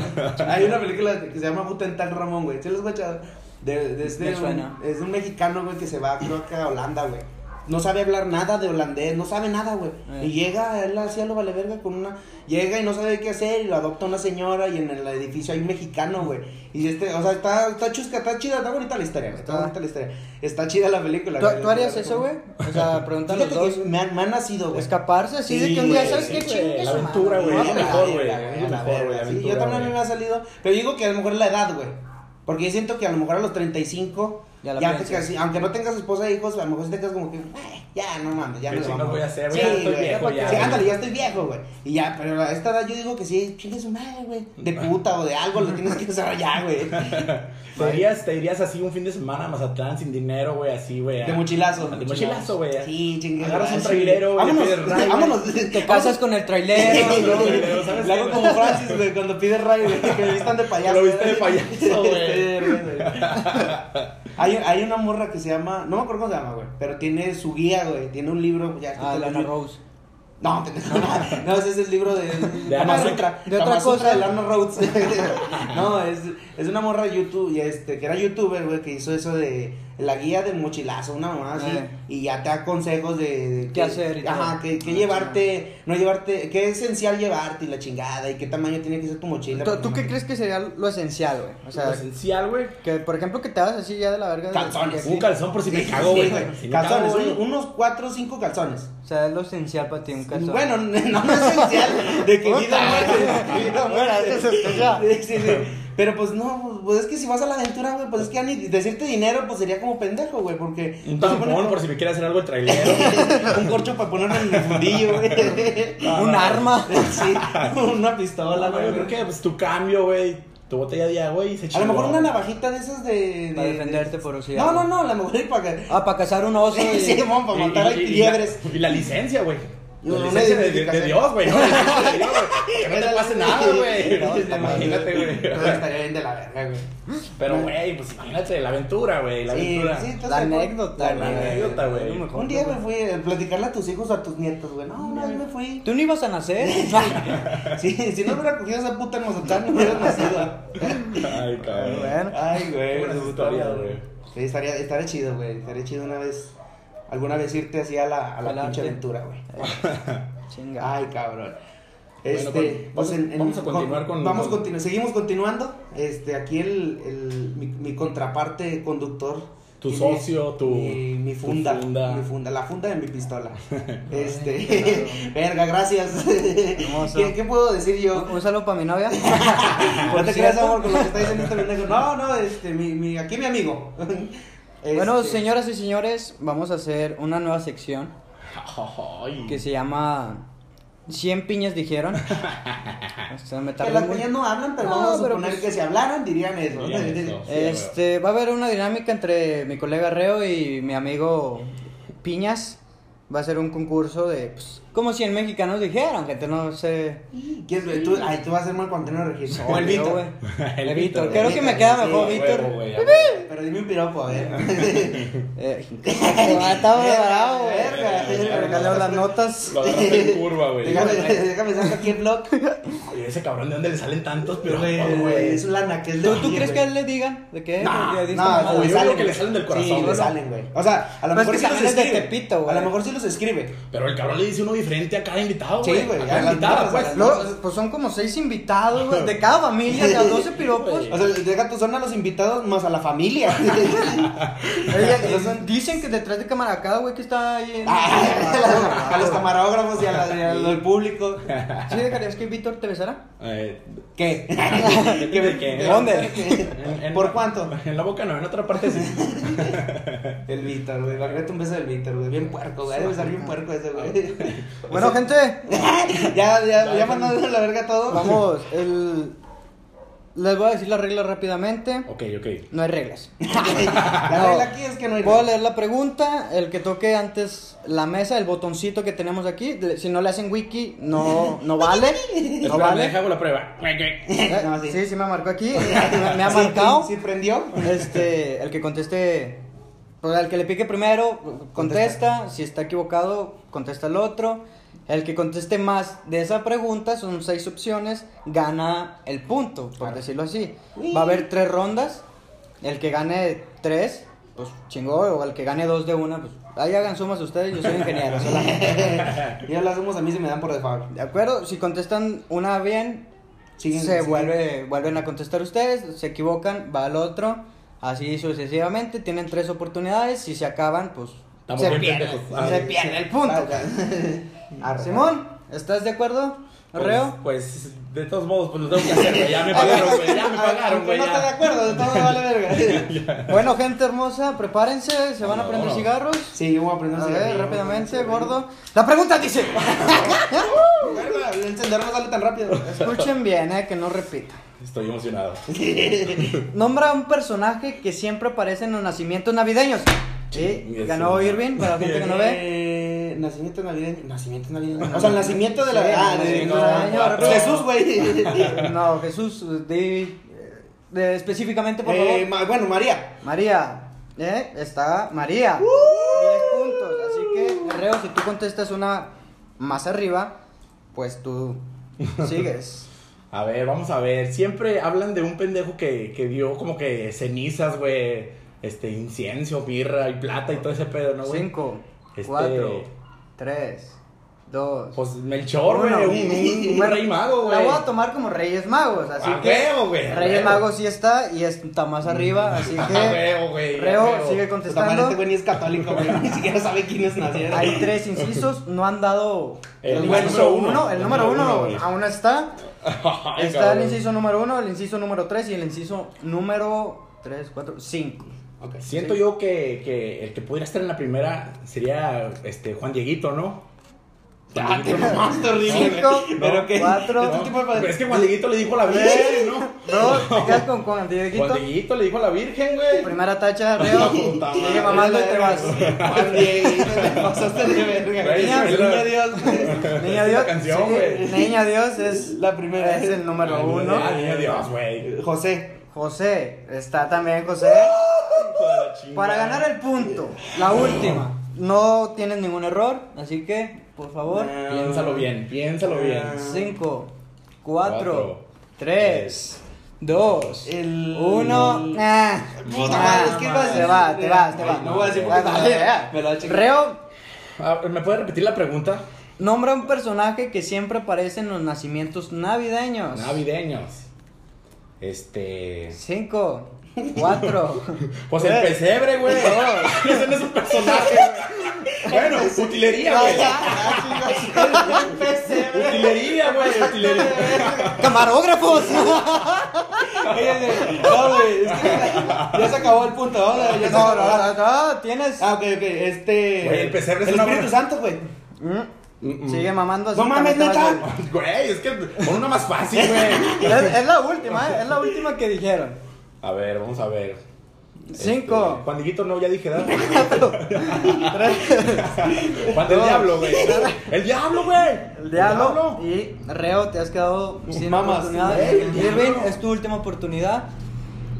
Hay una película que se llama Butental Ramón, güey. ¿Se los voy a echar? De, de este,
Me suena.
un- es de un mexicano, güey, que se va, creo que a Holanda, güey. No sabe hablar nada de holandés, no sabe nada, güey.
Eh.
Y llega, él hacía lo vale verga con una. Llega y no sabe qué hacer, y lo adopta una señora, y en el edificio hay un mexicano, güey. Y este, o sea, está, está chusca, está chida, está bonita la historia, güey. Está,
Está.
bonita la historia. Está chida la película,
Ah. ¿Tú,
güey.
tú harías eso, güey? O sea, preguntar a los
Fíjate
dos.
que me han, me han nacido, güey.
Escaparse así de
Sí,
que un día,
güey,
¿sabes
sí,
qué?
güey,
Chingue
la
su
aventura,
madre,
güey,
¿no?
Sí,
la
la
mejor, güey,
verga,
la
la verga,
mejor, güey, la
sí,
aventura,
yo también
güey.
me ha salido, pero yo digo que a lo mejor la edad, güey. Porque yo siento que a lo mejor a los 35
Ya la
ya te
piensas.
quedas así, aunque no tengas esposa e hijos, a lo mejor sí te quedas como que, "Ay, ya, no mames, ya
¿Qué
me lo
chingados
mamó".
voy a hacer,
Sí,
güey? Ya estoy
güey,
viejo,
porque-
ya,
sí,
güey.
ándale, ya estoy viejo, güey. Y ya, pero a esta edad yo digo que sí, chingue su madre, güey. De puta o de algo, lo tienes que usar ya, güey.
¿Te irías, te irías así un fin de semana a Mazatlán sin dinero, güey, así, güey.
De
a-
mochilazo.
De mochilazo, güey.
Sí, chingue.
Agarras un
sí.
trailero, güey,
Vámonos,
le pides ride,
vámonos.
Te casas con el trailero.
Sí,
¿no?
güey, pero, ¿sabes
Le
qué,
hago
güey?
como Francis, güey, cuando pide ray, güey, que me vistan de payaso.
Que lo viste de
güey.
payaso, güey.
Este, hay, hay una morra que se llama, no me acuerdo cómo se llama, güey, pero tiene su guía, güey, tiene un libro, ya
Ah,
te lo-
Lana Rose.
No, pendejo, no, no, ese es el libro de, de
Ana
Kama
Rhodes.
Sutra,
De otra
Kama Sutra
cosa.
de Lana Rhodes. no, es, es una morra YouTube, y este, que era youtuber, güey, que hizo eso de la guía del mochilazo, una mamá así,
Eh.
y ya te da consejos de, de
Qué hacer y
ajá,
todo.
que, que
Ah,
llevarte, no llevarte, qué es esencial llevarte y la chingada, y qué tamaño tiene que ser tu mochila.
¿Tú,
porque
tú
no-
qué crees que sería lo esencial, güey? O
Lo
sea,
esencial, güey.
que por ejemplo que te hagas así ya de la verga. de-
Calzones.
que-
Un calzón por si me
Sí,
cago,
sí,
güey.
güey.
Si me
calzones,
cago, güey.
un- unos cuatro o cinco calzones.
O sea, es lo esencial para ti, un calzón.
Bueno, no no es esencial de que vida muerte, vida
Bueno,
muerte.
eso es esencial.
Sí, sí, sí. Pero pues no, pues, pues es que si vas a la aventura, güey, pues es que ya ni decirte dinero, pues sería como pendejo, güey, porque. pues,
Un
se supone
tampón
que-
por si me quiere hacer algo el trailero.
un corcho para ponerlo en el fundillo, güey.
Ah.
Un arma.
Sí, una pistola,
Hola, güey.
güey.
Yo creo que pues, tu cambio, güey. Tu botella de agua y se
A
chingó.
lo mejor una navajita de esas de. de-
Para defenderte por
de-
ocio.
No, no, no, a lo mejor ir para.
Ah, para cazar un oso. y-
Sí, mon, para
Y-
matar a
y- y-
liebres.
Y la licencia, güey.
No,
La
no,
licencia
no,
de, de- de Dios, güey. No, La licencia de Dios, güey. Que no te pase nada, güey.
No,
imagínate,
Todo
güey.
Estaría bien de la verga, güey.
Pero, güey, pues imagínate la aventura, güey. La
Sí,
aventura.
sí, entonces,
La anécdota,
La
güey.
anécdota, güey.
Lo mejor,
Un día
güey.
me fui a platicarle a tus hijos o a tus nietos, güey. No, una vez me fui.
¿Tú no ibas a nacer?
Sí, si no hubiera cogido esa puta en Mazatlán, no hubiera nacido.
Ay, cabrón.
bueno.
Ay, güey.
Buenas historias, güey.
Sí, estaría, estaría chido, güey. Estaría chido una vez. Alguna vez irte así a la, a la
Ojalá,
pinche
sí.
aventura, güey.
Chinga.
Ay, cabrón.
Bueno,
Este,
con-
pues, en- en-
vamos a continuar con-
Vamos
con-
continu- seguimos continuando. Este, aquí el, el- mi, mi contraparte conductor.
Tu
tiene
socio, tu-
Mi, mi
tu
funda,
funda.
Mi funda, la funda de mi pistola. este. Verga, gracias. ¿Qué, qué puedo decir yo?
Un un saludo para mi novia.
No te creas, amor, con lo que está diciendo este pendejo. No, no, este, mi, mi, aquí mi amigo.
Bueno,
Este,
señoras y señores, vamos a hacer una nueva sección
Ay.
que se llama 100 piñas dijeron. O sea, me
Que
tardé
las
muy-
peñas no hablan, pero
No,
vamos a
pero
suponer
pues-
que si hablaran dirían eso.
Dirían eso. Sí,
Este, va a haber una dinámica entre mi colega Reo y mi amigo Piñas. Va a ser un concurso de, pues, como 100 mexicanos dijeron, gente, no sé.
¿Quién, güey? tú, ay, tú vas a ser mal contenido de registro. O el
Yo,
Vito.
güey.
El
El
Vito,
Víctor.
el
Creo que
Víctor,
me queda
sí,
mejor
a
Víctor.
Huevo, güey.
Pero dime un piropo, a ver.
Eh, estaba bravo, güey.
Verga, verga.
Acá leo las notas.
Lo agarraste en curva, güey.
Déjame, déjame sacar aquí el blog.
Oye, ese cabrón, ¿de dónde le salen tantos piropos,
Güey,
güey?
Es lana que es de
¿Tú, tú
aquí,
crees que
güey.
a él le digan? ¿De qué?
No,
Porque "Ah, dice
no,
mamá.
yo
le
digo
salen,
que le salen del corazón,
Sí, le
¿no?
salen, güey. O sea, a lo
Pues
mejor
que
sí los
también es de
escribe.
Tepito, güey.
A lo mejor sí los escribe.
Pero el cabrón le dice uno diferente a cada invitado,
Sí,
güey.
güey,
A
a
cada
las
invitada,
morras,
pues.
a las-
Los- pues son como seis invitados, güey, de cada familia, o sea, 12 piropos.
O sea, deja tu zona a los invitados más a la familia.
Oye, y dicen que detrás de cámara cada güey que está ahí. en-
Ah, a los camarógrafos y a la- y a lo del público.
¿Sí dejarías que Víctor te besara?
Eh,
¿Qué?
¿De qué?
¿Dónde?
en- en-
¿Por cuánto?
En la boca no, en otra parte sí.
El Víctor, güey. Imagínate un beso del Víctor, güey. Bien puerco, güey. Debe ser bien puerco ese, güey.
Bueno, gente,
ya, ya, ya mandando a la verga todo.
vamos. el- Les voy a decir las reglas rápidamente.
ok, ok.
No hay reglas.
la
No.
regla aquí es que no hay.
Voy a leer la pregunta. El que toque antes la mesa, el botoncito que tenemos aquí. le- Si no le hacen wiki, no, no vale. No
Espera, deja
vale.
hago la prueba.
Eh,
No, sí.
Sí, sí me marcó aquí. Me me ha
Sí,
marcado.
Sí, sí prendió.
Este, el que conteste, o sea, el que le pique primero, contesta. Si está equivocado, contesta el otro. El que conteste más de esa pregunta, son seis opciones, gana el punto, por decirlo así.
Uy.
Va a haber tres rondas. El que gane tres, pues chingó, o el que gane dos de una, pues ahí hagan sumas ustedes, yo soy ingeniero solamente.
ya las hacemos a mí se me dan por default.
¿De acuerdo? Si contestan una bien,
Siguen-
se
siguen.
vuelve, vuelven a contestar ustedes, se equivocan, va al otro, así sucesivamente, tienen tres oportunidades, si se acaban, pues
Estamos
se
bien
pierde,
pendejos. Ah,
se
sí.
pierde el punto.
Arre.
Simón, ¿estás de acuerdo,
Pues-
Reo?
Pues, de todos modos, pues los tengo que hacer, güey. Ya me pagaron, güey. Ya me pagaron,
Aunque
güey.
no está de
ya.
acuerdo, de todo vale verga.
Bueno, gente hermosa, prepárense, se van a
No,
prender
no.
cigarros.
Sí, yo voy a aprender
A
cigarrillo,
ver,
güey.
rápidamente, gordo. La pregunta dice:
Verga, El encender no sale tan rápido.
Escuchen bien, eh, que no repita.
Estoy emocionado.
Nombra un personaje que siempre aparece en los nacimientos navideños. Sí,
Chingue
ganó
su
Irving, para la gente que no ve.
Eh, nacimiento navideño. Nacimiento navideño. O sea, el nacimiento de la.
Sí,
ah,
el
de-
nacimiento
no,
navideño,
no,
rápido.
Jesús, güey.
No, Jesús, di de- específicamente, por favor.
Eh, ma- bueno, María.
María, ¿eh? Está María.
¡Uh!
10 puntos. Así que, Reo, si tú contestas una más arriba, pues tú sigues.
A ver, vamos a ver. Siempre hablan de un pendejo que, que dio como que cenizas, güey. Este, incienso, birra y plata y todo ese pedo, ¿no, güey?
5,
Este-
4, 3, 2.
Pues Melchor, güey.
Uno.
Un, un, un rey mago, güey.
La voy a tomar como Reyes Magos, así
A
que
huevo, güey, a
Reyes
huevo.
Magos sí está y está más arriba, así
A
que
huevo, güey. a
Reo
huevo. Pues
sigue
Puta madre,
contestando.
este güey ni es católico, güey. Ni siquiera sabe quiénes nacieron.
Hay tres incisos, no han dado
El
inciso
número uno.
uno, el número uno
güey.
aún está.
Ay,
Está
cabrón.
el inciso número 1, el inciso número 3 y el inciso número 3, 4, 5.
Ok.
Siento
Sí.
yo que, que el que pudiera estar en la primera sería este Juan Dieguito, ¿no?
Ah, te mamaste horrible, güey.
Cinco,
Pero que.
cuatro,
este
No,
tipo de padre-
pero es que Juan Dieguito le dijo a la Virgen, ¿no?
Dos, te quedas con Juan Dieguito.
Juan Dieguito le dijo a la Virgen, güey.
Primera tacha, Reo.
puta madre.
Sigue mamando y te vas.
Juan Diego, te pasaste de verga.
Güey,
Niña,
es
niña
la-
Dios.
Niña
Es
Dios.
la canción, güey.
Niña Dios es
La primera.
Es el número
Ah,
uno.
niño Dios, güey.
José.
José, está también José. Para ganar el punto, la última. No tienes ningún error, así que, por favor.
Piénsalo bien,
Ah.
piénsalo bien.
5,
Cuatro,
4, 3, 2,
El.
1.
Puta madre, es que iba a decir-
Te vas, Ah, te vas, te vas.
No voy a decir
Vas,
porque-
dale, ya.
Me la voy a chingar.
Reo,
Ah, ¿Me puedes repetir la pregunta?
nombra un personaje que siempre aparece en los nacimientos navideños.
Navideños. Este.
5, 4,
Pues
Eh.
el pesebre, güey. Ese no es un personaje, güey. Bueno, utilería, güey. Utilería, güey. Utilería.
Camarógrafos.
Oye, No, güey. Es que ya se acabó el punto. Vamos a ver, ya se
No,
acabó.
no, no, no, tienes.
Ah, ok, ok. Este.
Güey, el pesebre es
El
una
Espíritu
buena-
Santo, güey.
Mm,
Mm, mm.
Sigue mamando así.
No mames,
también te vas
neta.
Güey, es que pon una más fácil, güey.
a- Es es la última, eh, es la última que dijeron.
A ver, vamos a ver.
Cinco.
Este, Juan Dieguito, no, ya dije, dale.
Tres.
Juan del
Dos.
Diablo, güey. El Diablo, güey.
El diablo. Y Reo, te has quedado sin
Mamas.
oportunidad.
Ey, el
Irving,
diablo.
es tu última oportunidad.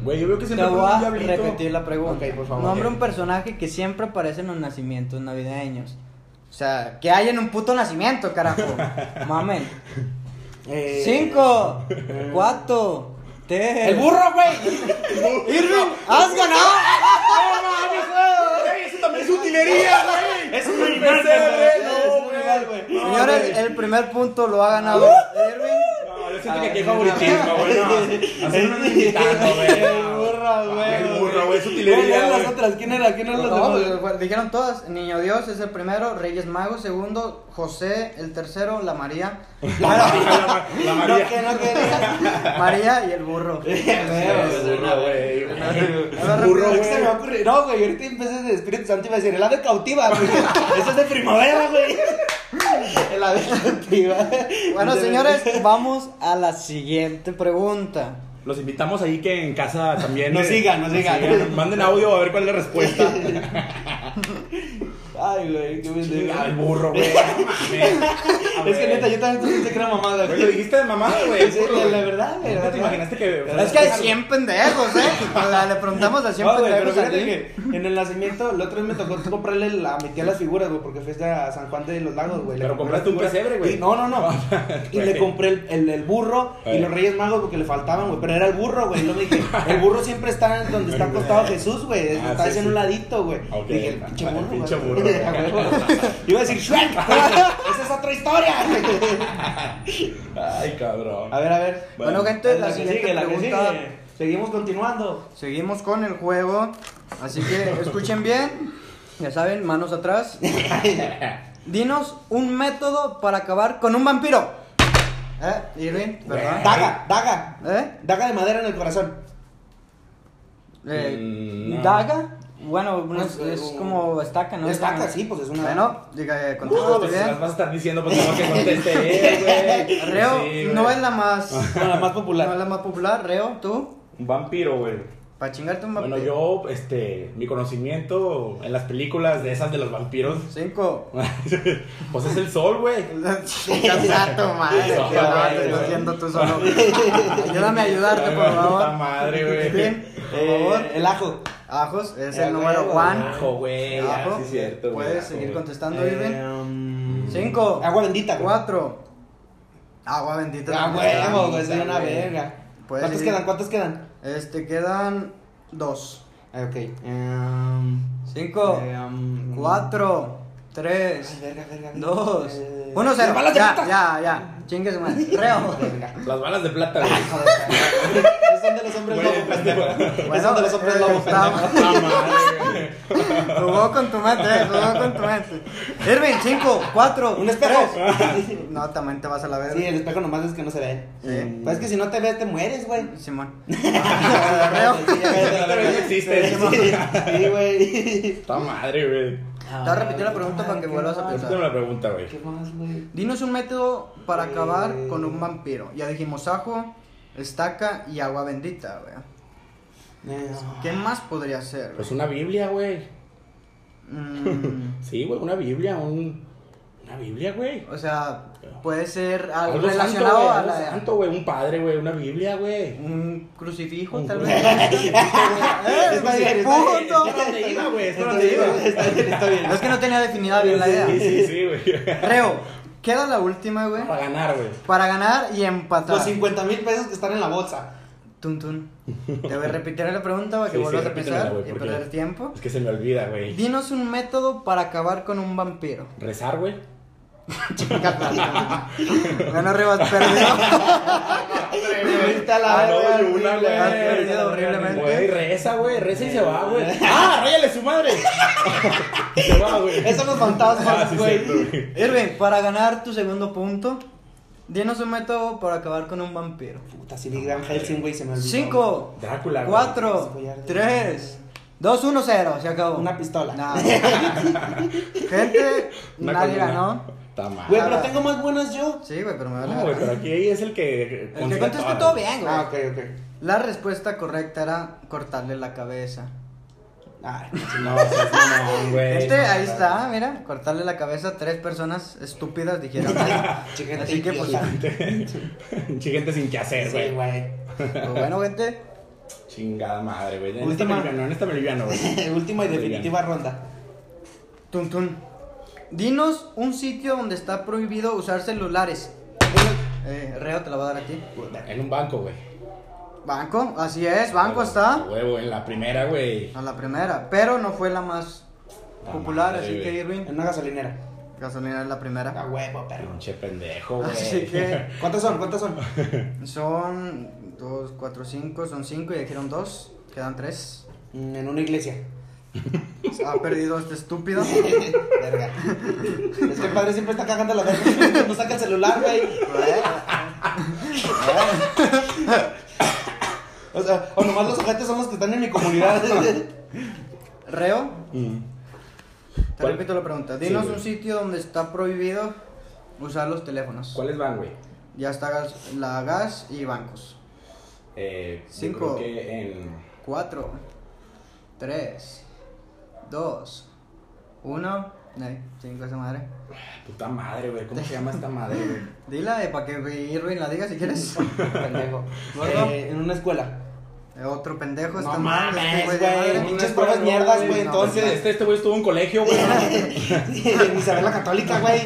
Güey, yo veo que
Te
siempre
voy
ponen un
a
diablito.
repetir la pregunta.
Ok, por favor.
Nombra un personaje que siempre aparece en los nacimientos navideños. O sea, que hay en un puto nacimiento, carajo. Mamen.
Eh,
Cinco, cuatro, tres.
El burro, güey.
Irving, has ganado.
Güey, eso también es utilería, güey. Es un
güey.
pesebre,
Es un
no,
animal,
güey.
güey.
No,
Señores, eh,
güey.
el primer punto lo ha ganado Irving.
No, yo siento que
Ah,
aquí hay favoritismo, güey. No, así no me invitando, güey.
El burro, güey.
El burro, güey, es
Güey,
utilería,
eran las
güey.
otras? ¿Quién era? ¿Quién eran los
No,
demás?
pues, pues, dijeron todas. Niño Dios es el primero, Reyes Magos segundo, José el tercero, la María,
La, la
No,
María.
que no, que
María y el burro.
El burro, güey. El
Burro,
burro,
güey. Se me va a
güey.
ocurrir. No, güey, ahorita empecé de Espíritu Santo y iba a decir, el ave cautiva, güey. Eso es de primavera, güey. El ave cautiva.
Bueno, señores, vamos a la siguiente pregunta.
Los invitamos ahí que en casa también.
Nos
eh,
sigan, nos sigan.
Manden audio a ver cuál es la respuesta.
Ay, güey, qué
Chinga, el
pendejo.
burro, güey. No mames. A
Es que
ver.
neta, yo también pensé que era mamada,
Güey, lo
güey.
dijiste de mamada, güey. el
Sí,
burro, güey.
la verdad, güey, la
¿No te
verdad.
imaginaste que.?
Es que hay 100 pendejos, ¿eh? La- le preguntamos a 100
No, güey, pero
pendejos
fíjate
aquí.
que en el nacimiento, la otra vez me tocó comprarle la, a mi tía las figuras, güey, porque fuiste a San Juan de los Lagos, güey. Le
Pero
compré las
compraste un
figuras.
pesebre, güey.
Y- No, no, no. y le compré el, el- el burro y
Eh.
los Reyes Magos porque le faltaban, güey. Pero era el burro, güey. Y luego dije, el burro siempre está en donde está acostado Jesús, güey.
Ah,
está
sí,
haciendo un
sí.
ladito, güey.
Ok.
Dije, el pinche
El
burro.
pinche
güey.
burro, güey.
A huevo. Iba a decir, Shrek. Esa es otra historia.
Ay, cabrón.
a ver, a ver.
Bueno, gente, la
que
siguiente
sigue, la que
pregunta.
sigue. Seguimos continuando.
Seguimos con el juego. Así que escuchen bien. Ya saben, manos atrás. Dinos un método para acabar con un vampiro. ¿Eh? Irving, ¿verdad?
Daga, daga.
¿Eh?
Daga de madera en el corazón.
Eh,
Mm, no.
¿Daga? Bueno, no es,
Pues,
es
un-
como estaca, ¿no?
Estaca, sí, pues es una.
Bueno, diga, eh,
No,
contestaste
pues las
bien. Eh,
vas a estar diciendo pues no que conteste él, güey.
Reo
Sí, güey.
no es la más...
No, Ah, la más popular.
No es la más popular, Reo, tú.
Un vampiro, güey.
Para chingarte un
Bueno,
vampiro.
yo, este, mi conocimiento en las películas de esas de los vampiros,
Cinco.
pues es el sol, güey.
Chato, madre.
No,
qué vato,
güey,
Yo
güey.
siendo tú solo. Ayúdame a ayudarte, por
Puta
favor.
madre, güey.
Bien,
Eh,
por favor.
el ajo.
Ajos, es
Eh,
el número
huevo,
one.
Ajo, güey. ah,
Ajo.
sí es cierto, güey,
Puedes
ajo,
seguir
güey.
contestando,
Eh,
Irving.
um,
Cinco.
Agua bendita, güey.
Cuatro. Agua bendita.
Ah,
también.
huevo, güey, soy una
Güey.
verga.
Puedes
¿Cuántos
ir.
quedan? ¿Cuántos quedan?
Este, quedan dos.
Ah, ok. Em,
Cinco,
em,
cuatro,
Ay,
tres,
verga, verga, verga.
dos,
Eh,
uno, cero.
¡balas de
Ya,
plata!
ya, ya. Chingue su madre. Reo.
Verga.
Las balas de plata, güey.
Esos son de los hombres
Güey,
lobos, pendejo.
pendejo.
Esos son de los hombres
eh,
lobos,
está-
pendejo.
Puta madre, güey.
Jugó con tu mente, eh, jugó con tu mente. Irving, cinco, cuatro,
Un espejo.
tres. No, también te vas a la verga.
Sí, el espejo nomás es que no se ve.
Sí.
Pues es que si no te ves, te mueres, güey.
Simón.
Ah, Sí, ya ves,
Esta vez no existe.
Sí, güey.
Puta madre, güey.
Te voy a repetir la pregunta para que vuelvas a
Hazme
pensar.
la pregunta, güey.
¿Qué más, Ah, güey?
Dinos un método para acabar
Eh.
con un vampiro. Ya dijimos ajo, estaca y agua bendita, güey.
Eh,
¿Qué más podría ser?
Ah. Pues una Biblia, güey.
Mm,
Sí, güey, una Biblia, un... Una Biblia, güey.
o sea, puede ser algo,
Algo santo,
relacionado
güey,
a
algo
la-
santo, güey. Un padre, güey, una Biblia, güey.
un crucifijo,
Un
tal
crucifijo.
vez. Eh,
Está bien, está bien.
punto.
Esto donde iba, güey, esto
Está
donde
bien,
iba.
está bien, está bien.
Es que no tenía definida bien la
Sí,
idea.
sí, sí, güey.
Reo, queda la última, güey.
Para ganar, güey.
Para ganar y empatar.
Los 50 mil pesos que están en la bolsa.
Tun, tun. Te voy a repetir la pregunta para que
Sí, sí,
vuelvas a
repítemela,
empezar
güey,
y
porque-
perder tiempo.
Es que se me olvida, güey.
Dinos un método para acabar con un vampiro.
Rezar, güey.
Bueno, Reo, has perdido.
Vete a la
Ah, no,
verga,
güey, una,
horrible.
Has
güey.
perdido horriblemente.
Güey, reza, güey. Reza y se va, güey. ¡Ah! ¡Ráyale su madre! se va, güey.
Esos son los fantasmas,
Ah, sí,
güey.
cierto, güey.
Irving, para ganar tu segundo punto, dinos un método para acabar con un vampiro.
Puta, si vi Gran Helsing, güey, se me olvidó.
5,
Drácula, güey.
4,
Collar de-
3, 2, 1, 0. Se acabó.
Una pistola.
Nah. Gente,
Una
nadie
columna.
ganó.
Está mal.
Güey, pero tengo más buenas yo.
Sí, güey, pero me vale.
No, güey, pero
verga.
aquí es el que.
El que
consigue
conteste
todas.
todo bien, güey.
Ah, ok, ok.
La respuesta correcta era cortarle la cabeza.
Ah,
No, seas mamón, güey.
Este,
No,
ahí
güey.
está, mira, cortarle la cabeza a tres personas estúpidas dijeron.
chiquete
Así que, pues,
idiota.
Gente sin qué hacer,
Sí,
güey.
güey.
Pues bueno, gente,
Chingada madre, güey. En esta
Última.
boliviano, en esta boliviano, güey.
Última y
Muy bien.
definitiva ronda.
tun tun. Dinos un sitio donde está prohibido usar celulares. Eh, Reo te la va a dar a ti.
En un banco, güey.
Banco, así es, banco
A
está
Huevo, en la primera, güey.
a la primera, pero no fue la más
La
popular,
madre,
así que
güey.
En
Irving,
una gasolinera.
gasolina es la
Ah,
A
primera.
huevo, perro.
Pinche pendejo, güey.
Así que
¿Cuántas son? ¿Cuántas son?
son 2, 4, 5, son 5 y dijeron 2, quedan 3.
Mm, En una iglesia.
Ha perdido este estúpido.
Verga. Es que el padre siempre está cagando la verga. No saca el celular, güey. O sea, o nomás los ojetes son los que están en mi comunidad.
Reo,
Mm.
te
¿Cuál-
repito la pregunta. Dinos
Sí, güey.
un sitio donde está prohibido usar los teléfonos.
¿Cuáles van, güey?
Ya está gas- la gas y bancos.
Eh, yo
Cinco.
creo que en.
4, 3, 2, 1. Ay, cinco esa madre.
Puta madre, güey. ¿Cómo se llama esta madre, güey?
Dila para que Irwin la diga si quieres.
Pendejo.
Gordo.
Eh, en una escuela.
Eh, Otro pendejo está
No
mal.
mames,
este de
güey.
madre.
Pinches pruebas mierdas, güey,
no,
entonces.
Este, este güey estuvo en un colegio, güey.
Ni saber la católica, güey.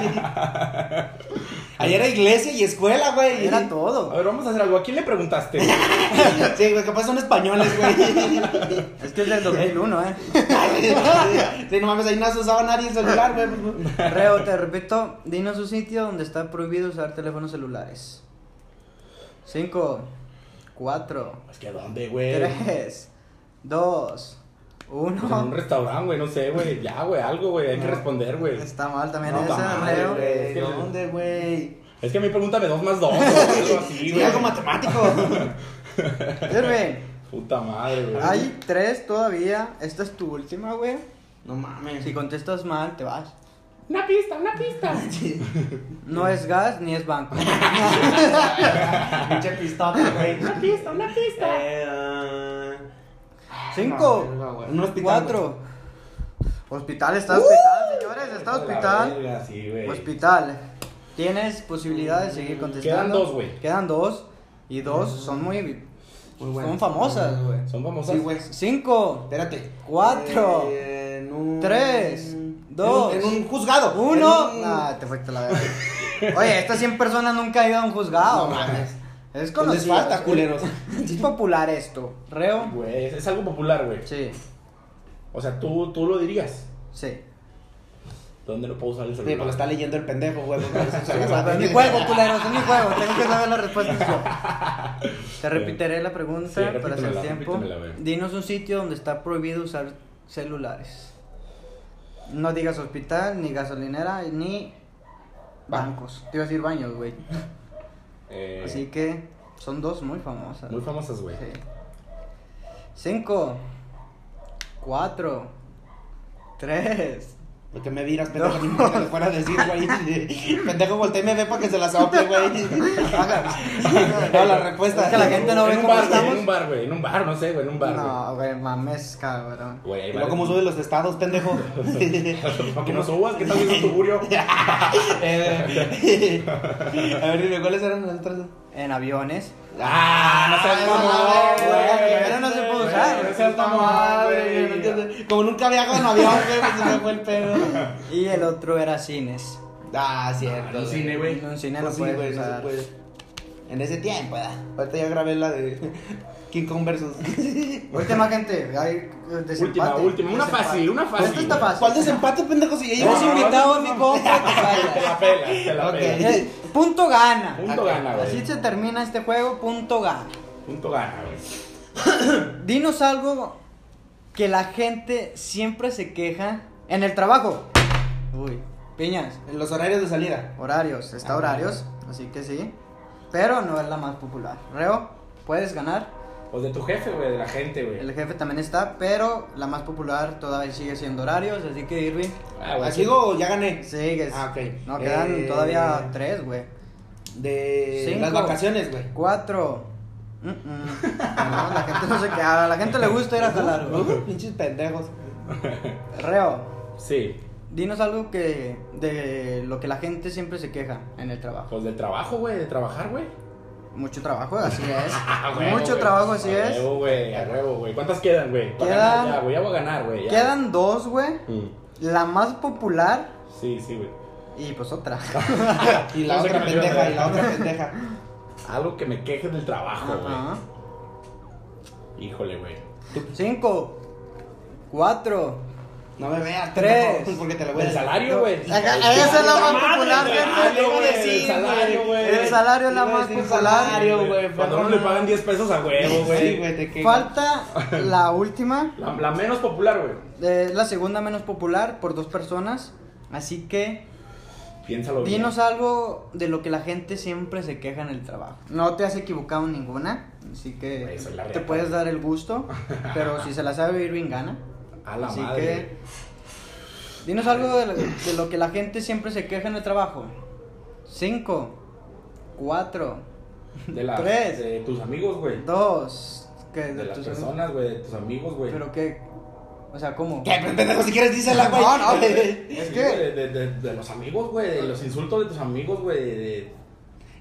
Ahí era iglesia y escuela, güey.
Era
A
todo.
ver, vamos a hacer algo. ¿A quién le preguntaste?
Sí, güey, capaz son españoles, güey.
Es que es del 2001, eh.
Sí, no mames, ahí no se usaba nadie el celular, güey. Pues,
Reo, te repito, dinos un sitio donde está prohibido usar teléfonos celulares. 5, 4,
Es que ¿a dónde, güey? Pues
3, 2,
en un
1.
restaurante, güey. No sé, güey. Ya, güey, algo, güey. Hay que
No.
responder, güey.
Está mal también
No,
esa,
madre,
Reo.
güey.
¿Dónde, güey?
Es que a mí pregúntame dos más dos, o algo así,
Y
güey.
algo matemático.
Sirve.
Puta madre, güey.
Hay tres todavía. Esta es tu última, güey.
No mames.
Si contestas mal, te vas.
Una pista, una pista.
No es gas ni es banco.
Pinche pistota, güey.
Una pista, una pista.
Eh, ah,
Cinco.
no, verga, güey. Un hospital,
Cuatro. Hospital, está hospital, señores. Está
La
hospital.
verga, sí, güey.
Hospital. Tienes posibilidad de seguir contestando.
Quedan dos, güey.
Quedan dos. Y dos son muy.
Muy bueno.
Son famosas, güey.
Son famosas.
Sí, güey.
Cinco.
Espérate.
Cuatro.
Eh, en un-
Tres, dos,
En un, en un juzgado.
Uno.
En un-
Ah, te fuiste a la verga. Oye, estas 100 personas nunca han ido a un juzgado.
No mames.
Es
Pues les
conocido.
falta, culeros.
Es popular esto. Reo.
Güey, es, es algo popular, güey.
Sí,
O sea, tú, tú lo dirías.
sí.
¿Dónde lo puedo usar el
Sí,
celular?
porque está leyendo el pendejo, güey.
Es mi juego,
pues.
culeros, es mi juego. Tengo que saber la respuesta yo. Te repetiré la
Sí,
pregunta para
repítemela,
hacer tiempo.
repítemela, a ver.
Dinos un sitio donde está prohibido usar celulares. No digas hospital, ni gasolinera, ni bancos. Te iba a decir baños, güey.
Eh,
Así que son dos muy famosas.
Muy famosas, güey.
Sí. Cinco, cuatro, tres.
Porque me viras, pendejo, ni modo que le fuera a decir, güey. Pendejo, voltea y me ve para que se la sople, güey. No, la respuesta.
Es que la gente no
en
ve
un
cómo
bar, güey,
estamos.
En un bar, güey. En un bar, no sé, güey. En un bar, güey.
No, güey, mames, cabrón.
Güey, ahí
Y
va.
luego, ¿cómo subes los estados, pendejo?
Para que no subas, que estás viendo tuburio.
Eh, a ver, dime, ¿cuáles eran las otras?
En aviones.
¡Ah! No seas mamón, güey.
La primera no se puede
Güey,
usar.
No seas mamón,
Madre, no
güey.
entiendo. Como nunca viajo en avión, güey, pues se me fue el pedo.
Y el otro era cines.
Ah,
Ah,
cierto.
no,
güey.
cine, güey.
En un cine
No,
no
sí, güey,
puedes
no se
usar.
puede. En ese tiempo, ¿verdad? Ahorita ya grabé la de King Kong versus.
Última gente, hay eh, desempate.
Última, última. Una
Desempate.
fácil, una fácil.
Esta está fácil.
¿Cuál desempate, pendejo? Si ya llevas
Hemos
No,
invitado a
no,
mi
no.
compa. que
Te
vaya.
la pela, te la
Ok.
pela.
Eh, Punto gana.
Punto gana, güey.
Así se termina este juego, punto gana.
Punto gana, güey.
Dinos algo que la gente siempre se queja en el trabajo. Uy, piñas,
En los horarios de salida.
horarios, está
Ah,
horarios, así que sí. Pero no es la más popular. Reo, puedes ganar.
Pues de tu jefe, güey, de la gente, güey.
El jefe también está, pero la más popular todavía sigue siendo horarios, así que Irving,
Ah, güey,
Aquí digo, ya gané.
sigues.
Ah, ok.
No, quedan
Eh,
todavía tres, güey.
De
Cinco.
las vacaciones, güey.
Cuatro. Mm, mm. No, la gente no se queda, a la gente le gusta ir a jalar. güey.
Uh, Pinches pendejos.
Reo,
Sí,
Dinos algo que de lo que la gente siempre se queja en el trabajo.
pues del trabajo, güey, de trabajar, güey.
Mucho trabajo, así es.
A Ah, huevo,
Ah, Mucho
güey.
trabajo, así
A
es.
huevo, güey, a huevo, güey. ¿Cuántas quedan, güey? Pa'
Quedan-
ganar Ya, güey, ya voy a ganar, güey. ya.
Quedan dos, güey.
Mm,
La más popular
Sí, sí, güey.
y pues otra.
Y la
No sé
otra
qué me
pendeja,
dio,
y la otra pendeja.
Algo que me queje del trabajo, güey.
Ajá.
Híjole, güey.
Cinco, cuatro.
No me veas,
Tres.
pendejo, Porque te la voy a
Del
decir. Ah,
salario, güey.
Ajá, Esa es la más
Madre,
popular,
güey,
gente.
Te iba a
güey,
decir,
del salario,
güey.
güey.
El salario es la
Iba a
más
decir
popular.
salario, güey.
Cuando uno le pagan 10 pesos a huevo,
Sí,
güey.
güey, te quejas.
Falta la última,
La, la menos popular, güey.
eh, la segunda menos popular por dos personas. Así que
Piénsalo bien.
Dinos algo de lo que la gente siempre se queja en el trabajo. No te has equivocado en ninguna, así que
Güey, soy la
te
reata.
puedes dar el gusto, pero si se la sabe Irving gana.
A la
así
madre.
que dinos algo de lo, de lo que la gente siempre se queja en el trabajo. Cinco, cuatro,
De, la,
Tres.
de tus amigos, güey.
dos, que
De las
tus-
personas, güey. De tus amigos, güey.
Pero qué, o sea, ¿cómo?
¿Qué, pendejo? Si quieres, dísela, güey.
No, no, güey.
Sí,
Es que-
güey, De, de- de- de los amigos, güey. De los insultos de tus amigos, güey. de-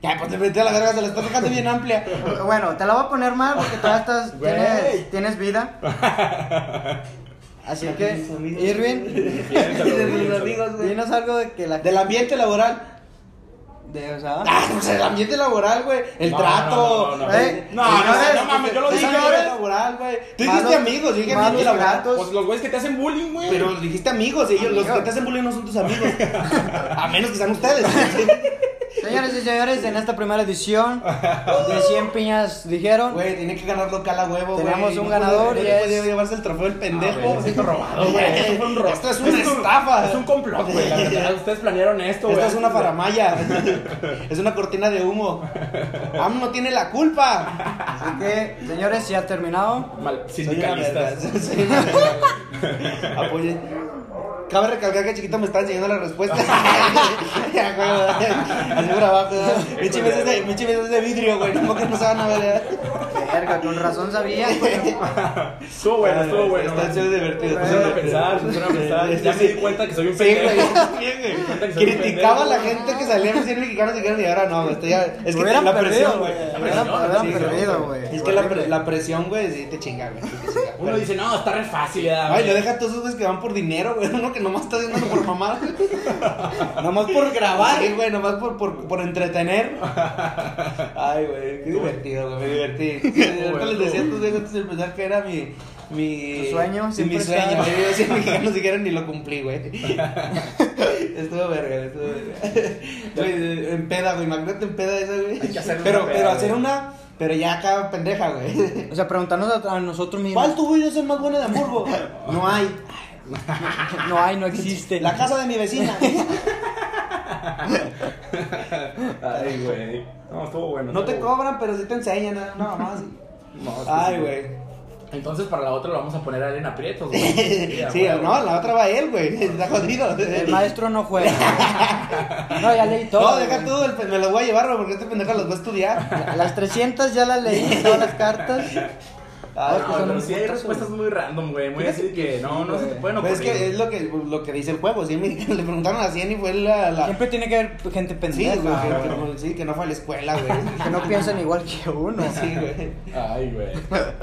Ya, pues te metí a la verga, se la está dejando bien amplia.
Bueno, te la voy a poner mal porque todavía estás,
Güey.
tienes, tienes vida. Así
De
que,
mis amigos.
Irving,
de- piénsalo,
De
güey,
mis
piénsalo.
amigos, güey.
dinos algo de que la
Del ambiente laboral.
De, o sea,
Ah, pues el ambiente laboral, güey. El
No,
trato.
no, no, no,
no.
Eh, pues,
No,
el-
no,
el-
no
mames, yo lo
el
dije,
ambiente
güey.
laboral, güey. Tú
Malos-
dijiste amigos, yo dije ambiente
malos
laboral.
tratos.
Pues los güeyes que te hacen bullying, güey. Ah,
Pero dijiste amigos, ellos, los
Amigos.
que te hacen bullying no son tus amigos. A menos que sean ustedes.
Señores y señores, en esta primera edición de 100 piñas dijeron.
Güey, tiene que ganar local a huevo, güey.
Tenemos un
No
ganador
puede-
y
no puede
es-
llevarse el trofeo el pendejo.
Ah,
eh,
güey, me siento robado, güey. Esto fue un robo.
Esto es una estafa.
Es un complot, güey. La verdad, ustedes planearon esto, güey.
Esta es una faramaya. es una cortina de humo. AM no tiene la culpa.
Así que, señores, ya ha terminado.
Mal,
Soy una
sindicalistas.
verga, soy una verga. Apoye. Cabe recalcar que chiquito me está enseñando la respuesta. Ya, güey, Así por abajo. ¿no? Pinche mesa es de- pinche mesa es de vidrio, güey. No que no se van a ver. ¿eh?
Verga, con razón sabía. güey.
Estuvo bueno, estuvo bueno.
Ah, Está chido y divertido. Pues
Se pusieron a pensar, se pusieron a pensar. Ya me di cuenta que soy un
Sí, güey, sí,
pendejo. Cuenta que
güey.
soy un
Criticaba a la
pendejo.
gente que salía en 100 mexicanos y dijeron, y ahora no, güey, estoy ya. Es que
Hubieran
la presión,
perdido,
güey.
güey.
La
Hubieran-
presión,
hubieran
sí,
perdido, güey.
Es que la,
Horrible.
pre- la presión, güey, sí te chinga, güey. sí te chinga.
Uno dice, no, está re fácil. ya,
Ay,
güey.
lo deja a todos esos güeyes que van por dinero, güey. Uno que nomás está haciendo por mamar. nomás por grabar. Sí, güey, nomás por, por, por entretener. Ay, güey, qué divertido, güey. Me divertí. Sí, Ahorita les decía a tus güeyes antes de empezar que era mi. Mi
Tu sueño
sí,
siempre
Mi sueño.
estaba.
Yo iba a decir mexicanos siquiera ni lo cumplí, güey. estuvo verga, estuvo verga. Güey, en peda, güey. Imagínate en peda esa, güey.
Hay que hacer una
pero,
peda,
pero hacer
güey.
una. Pero ya acá pendeja, güey.
O sea, preguntarnos a, a nosotros mismos.
¿Cuál tuvo yo ser más buena de Hamburgo? No hay.
No hay, no existe.
La casa de mi vecina.
Ay, güey. No, estuvo bueno.
No te
estuvo
cobran, pero sí te enseñan. No, no, no, así.
bueno. No, sí,
Ay,
sí,
güey.
Entonces, para la otra lo vamos a poner a Elena Prietos, güey.
Sí,
a
no, la otra va él, güey. Está jodido.
El maestro no juega. No, ya leí todo.
No, deja
güey.
tú, el pe- me los voy a llevar, güey, porque este pendejo los va a estudiar.
Las 300 ya las leí, todas las cartas.
Ay,
No,
pues,
son
pero
un
sí hay
putazo,
respuestas muy random, güey. Muy así que no, no se te
güey.
pueden
pues
ocurrir.
es que es lo que, lo que dice el juego. Sí, me- le preguntaron a 100 y fue la. la-
Siempre tiene que haber gente
Sí, güey,
pendeja.
que, que- sí, que no fue a la escuela, güey.
que no piensan igual que uno.
Sí, güey.
Ay, güey.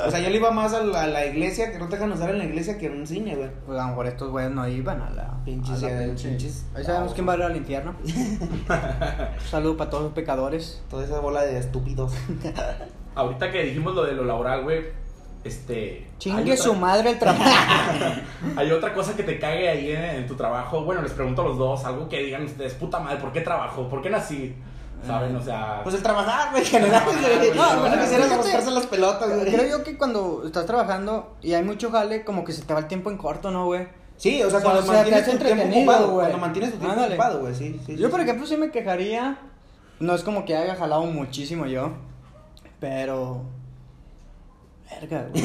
O sea, yo le iba más a la, a la iglesia, que no te dejan usar en la iglesia que en un cine, güey.
Pues a lo mejor estos güeyes no iban a la.
Pinches,
a la
ya,
pinche-
pinches.
Ahí sabemos quién va a ir al infierno. Un saludo para todos los pecadores.
Toda esa bola de estúpidos.
Ahorita que dijimos lo de lo laboral, güey. Este. hay
Chingue
otra-
su madre el trabajo.
Hay otra cosa que te cague ahí en, en tu trabajo. Bueno, les pregunto a los dos algo que digan ustedes, puta madre, ¿por qué trabajo? ¿Por qué nací? ¿Saben? O sea.
Pues el trabajar, güey, en general, güey.
No,
No, bueno,
bueno,
que quisieras
fíjate.
buscarse las pelotas,
Creo
güey.
yo que cuando estás trabajando y hay mucho jale, como que se te va el tiempo en corto, ¿no, güey?
Sí, o sea,
O
cuando
sea, te
mantienes
hace
tu tiempo
entretenido,
ocupado,
güey.
cuando mantienes tu tiempo
Ándale.
ocupado, güey, sí, sí.
Yo, por
sí.
ejemplo, sí me quejaría. No es como que haya jalado muchísimo yo, pero. Verga, güey.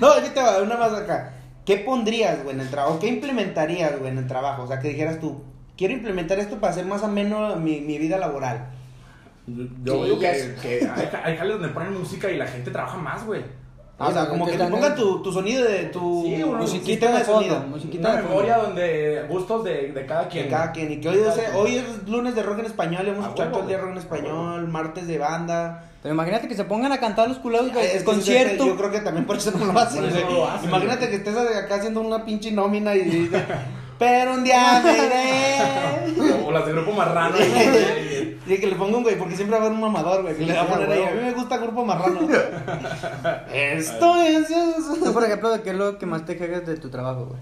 No, es que te va una más acá. ¿Qué pondrías, güey, en el trabajo? ¿Qué implementarías, güey, en el trabajo? O sea, que dijeras tú, quiero implementar esto para hacer más ameno mi, mi vida laboral.
Yo digo que, que hay, hay jales donde ponen música y la gente trabaja más, güey.
Ah,
o sea,
güey,
como
que
que, te
tengan-
pongan tu, tu sonido de tu
Sí,
musiquita
uno-
Musiquita
de
de fondo,
sonido.
musiquita
Una
de fondo.
memoria donde gustos de, de cada quien.
Que cada quien, y que hoy, es, hoy es lunes de rock en español, y hemos
Ah,
escuchado todo el día rock
huevo,
en
güey.
español, martes de banda.
Pero imagínate que se pongan a cantar los culados,
Ah,
güey.
es que
concierto.
Yo creo que también por eso no lo hacen,
Por eso
güey.
no lo hacen,
Imagínate
güey.
que estés acá haciendo una pinche nómina y dices, pero un día me iré.
O, o las de grupo marrano. güey.
Y que le ponga un güey, porque siempre va a haber un mamador, güey, que le va a
sí,
poner
güey.
ahí. A mí me gusta Grupo Marrano. Esto es.
Tú, por ejemplo, ¿de qué es lo que más te quejas de tu trabajo, güey?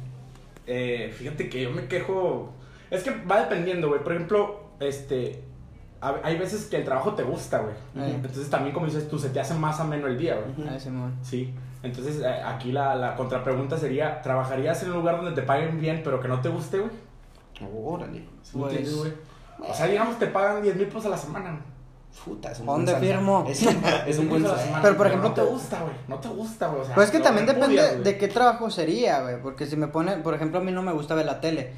Eh, fíjate que yo me quejo. Es que va dependiendo, güey. Por ejemplo, este. a- hay veces que el trabajo te gusta, güey.
Eh.
Entonces también, como dices tú, se te hace más ameno el día, güey.
Ah, Simón.
Sí. Entonces eh, aquí la, la contrapregunta sería, ¿trabajarías en un lugar donde te paguen bien pero que no te guste, güey?
Órale.
¿Sí me
Pues-
entiendes, güey? O sea, digamos, te pagan 10 mil pesos a la semana.
Puta, es un
¿Dónde
buen sueldo.
firmo?
Es un, es un buen
Pesos a la
sueldo.
semana,
Pero, por ejemplo,
no te
te-
gusta, güey. No te gusta, güey. O
Ah,
sea,
Pues es que
lo
también depende
repudias, güey.
de qué trabajo sería, güey. Porque si me pone, por ejemplo, a mí no me gusta ver la tele.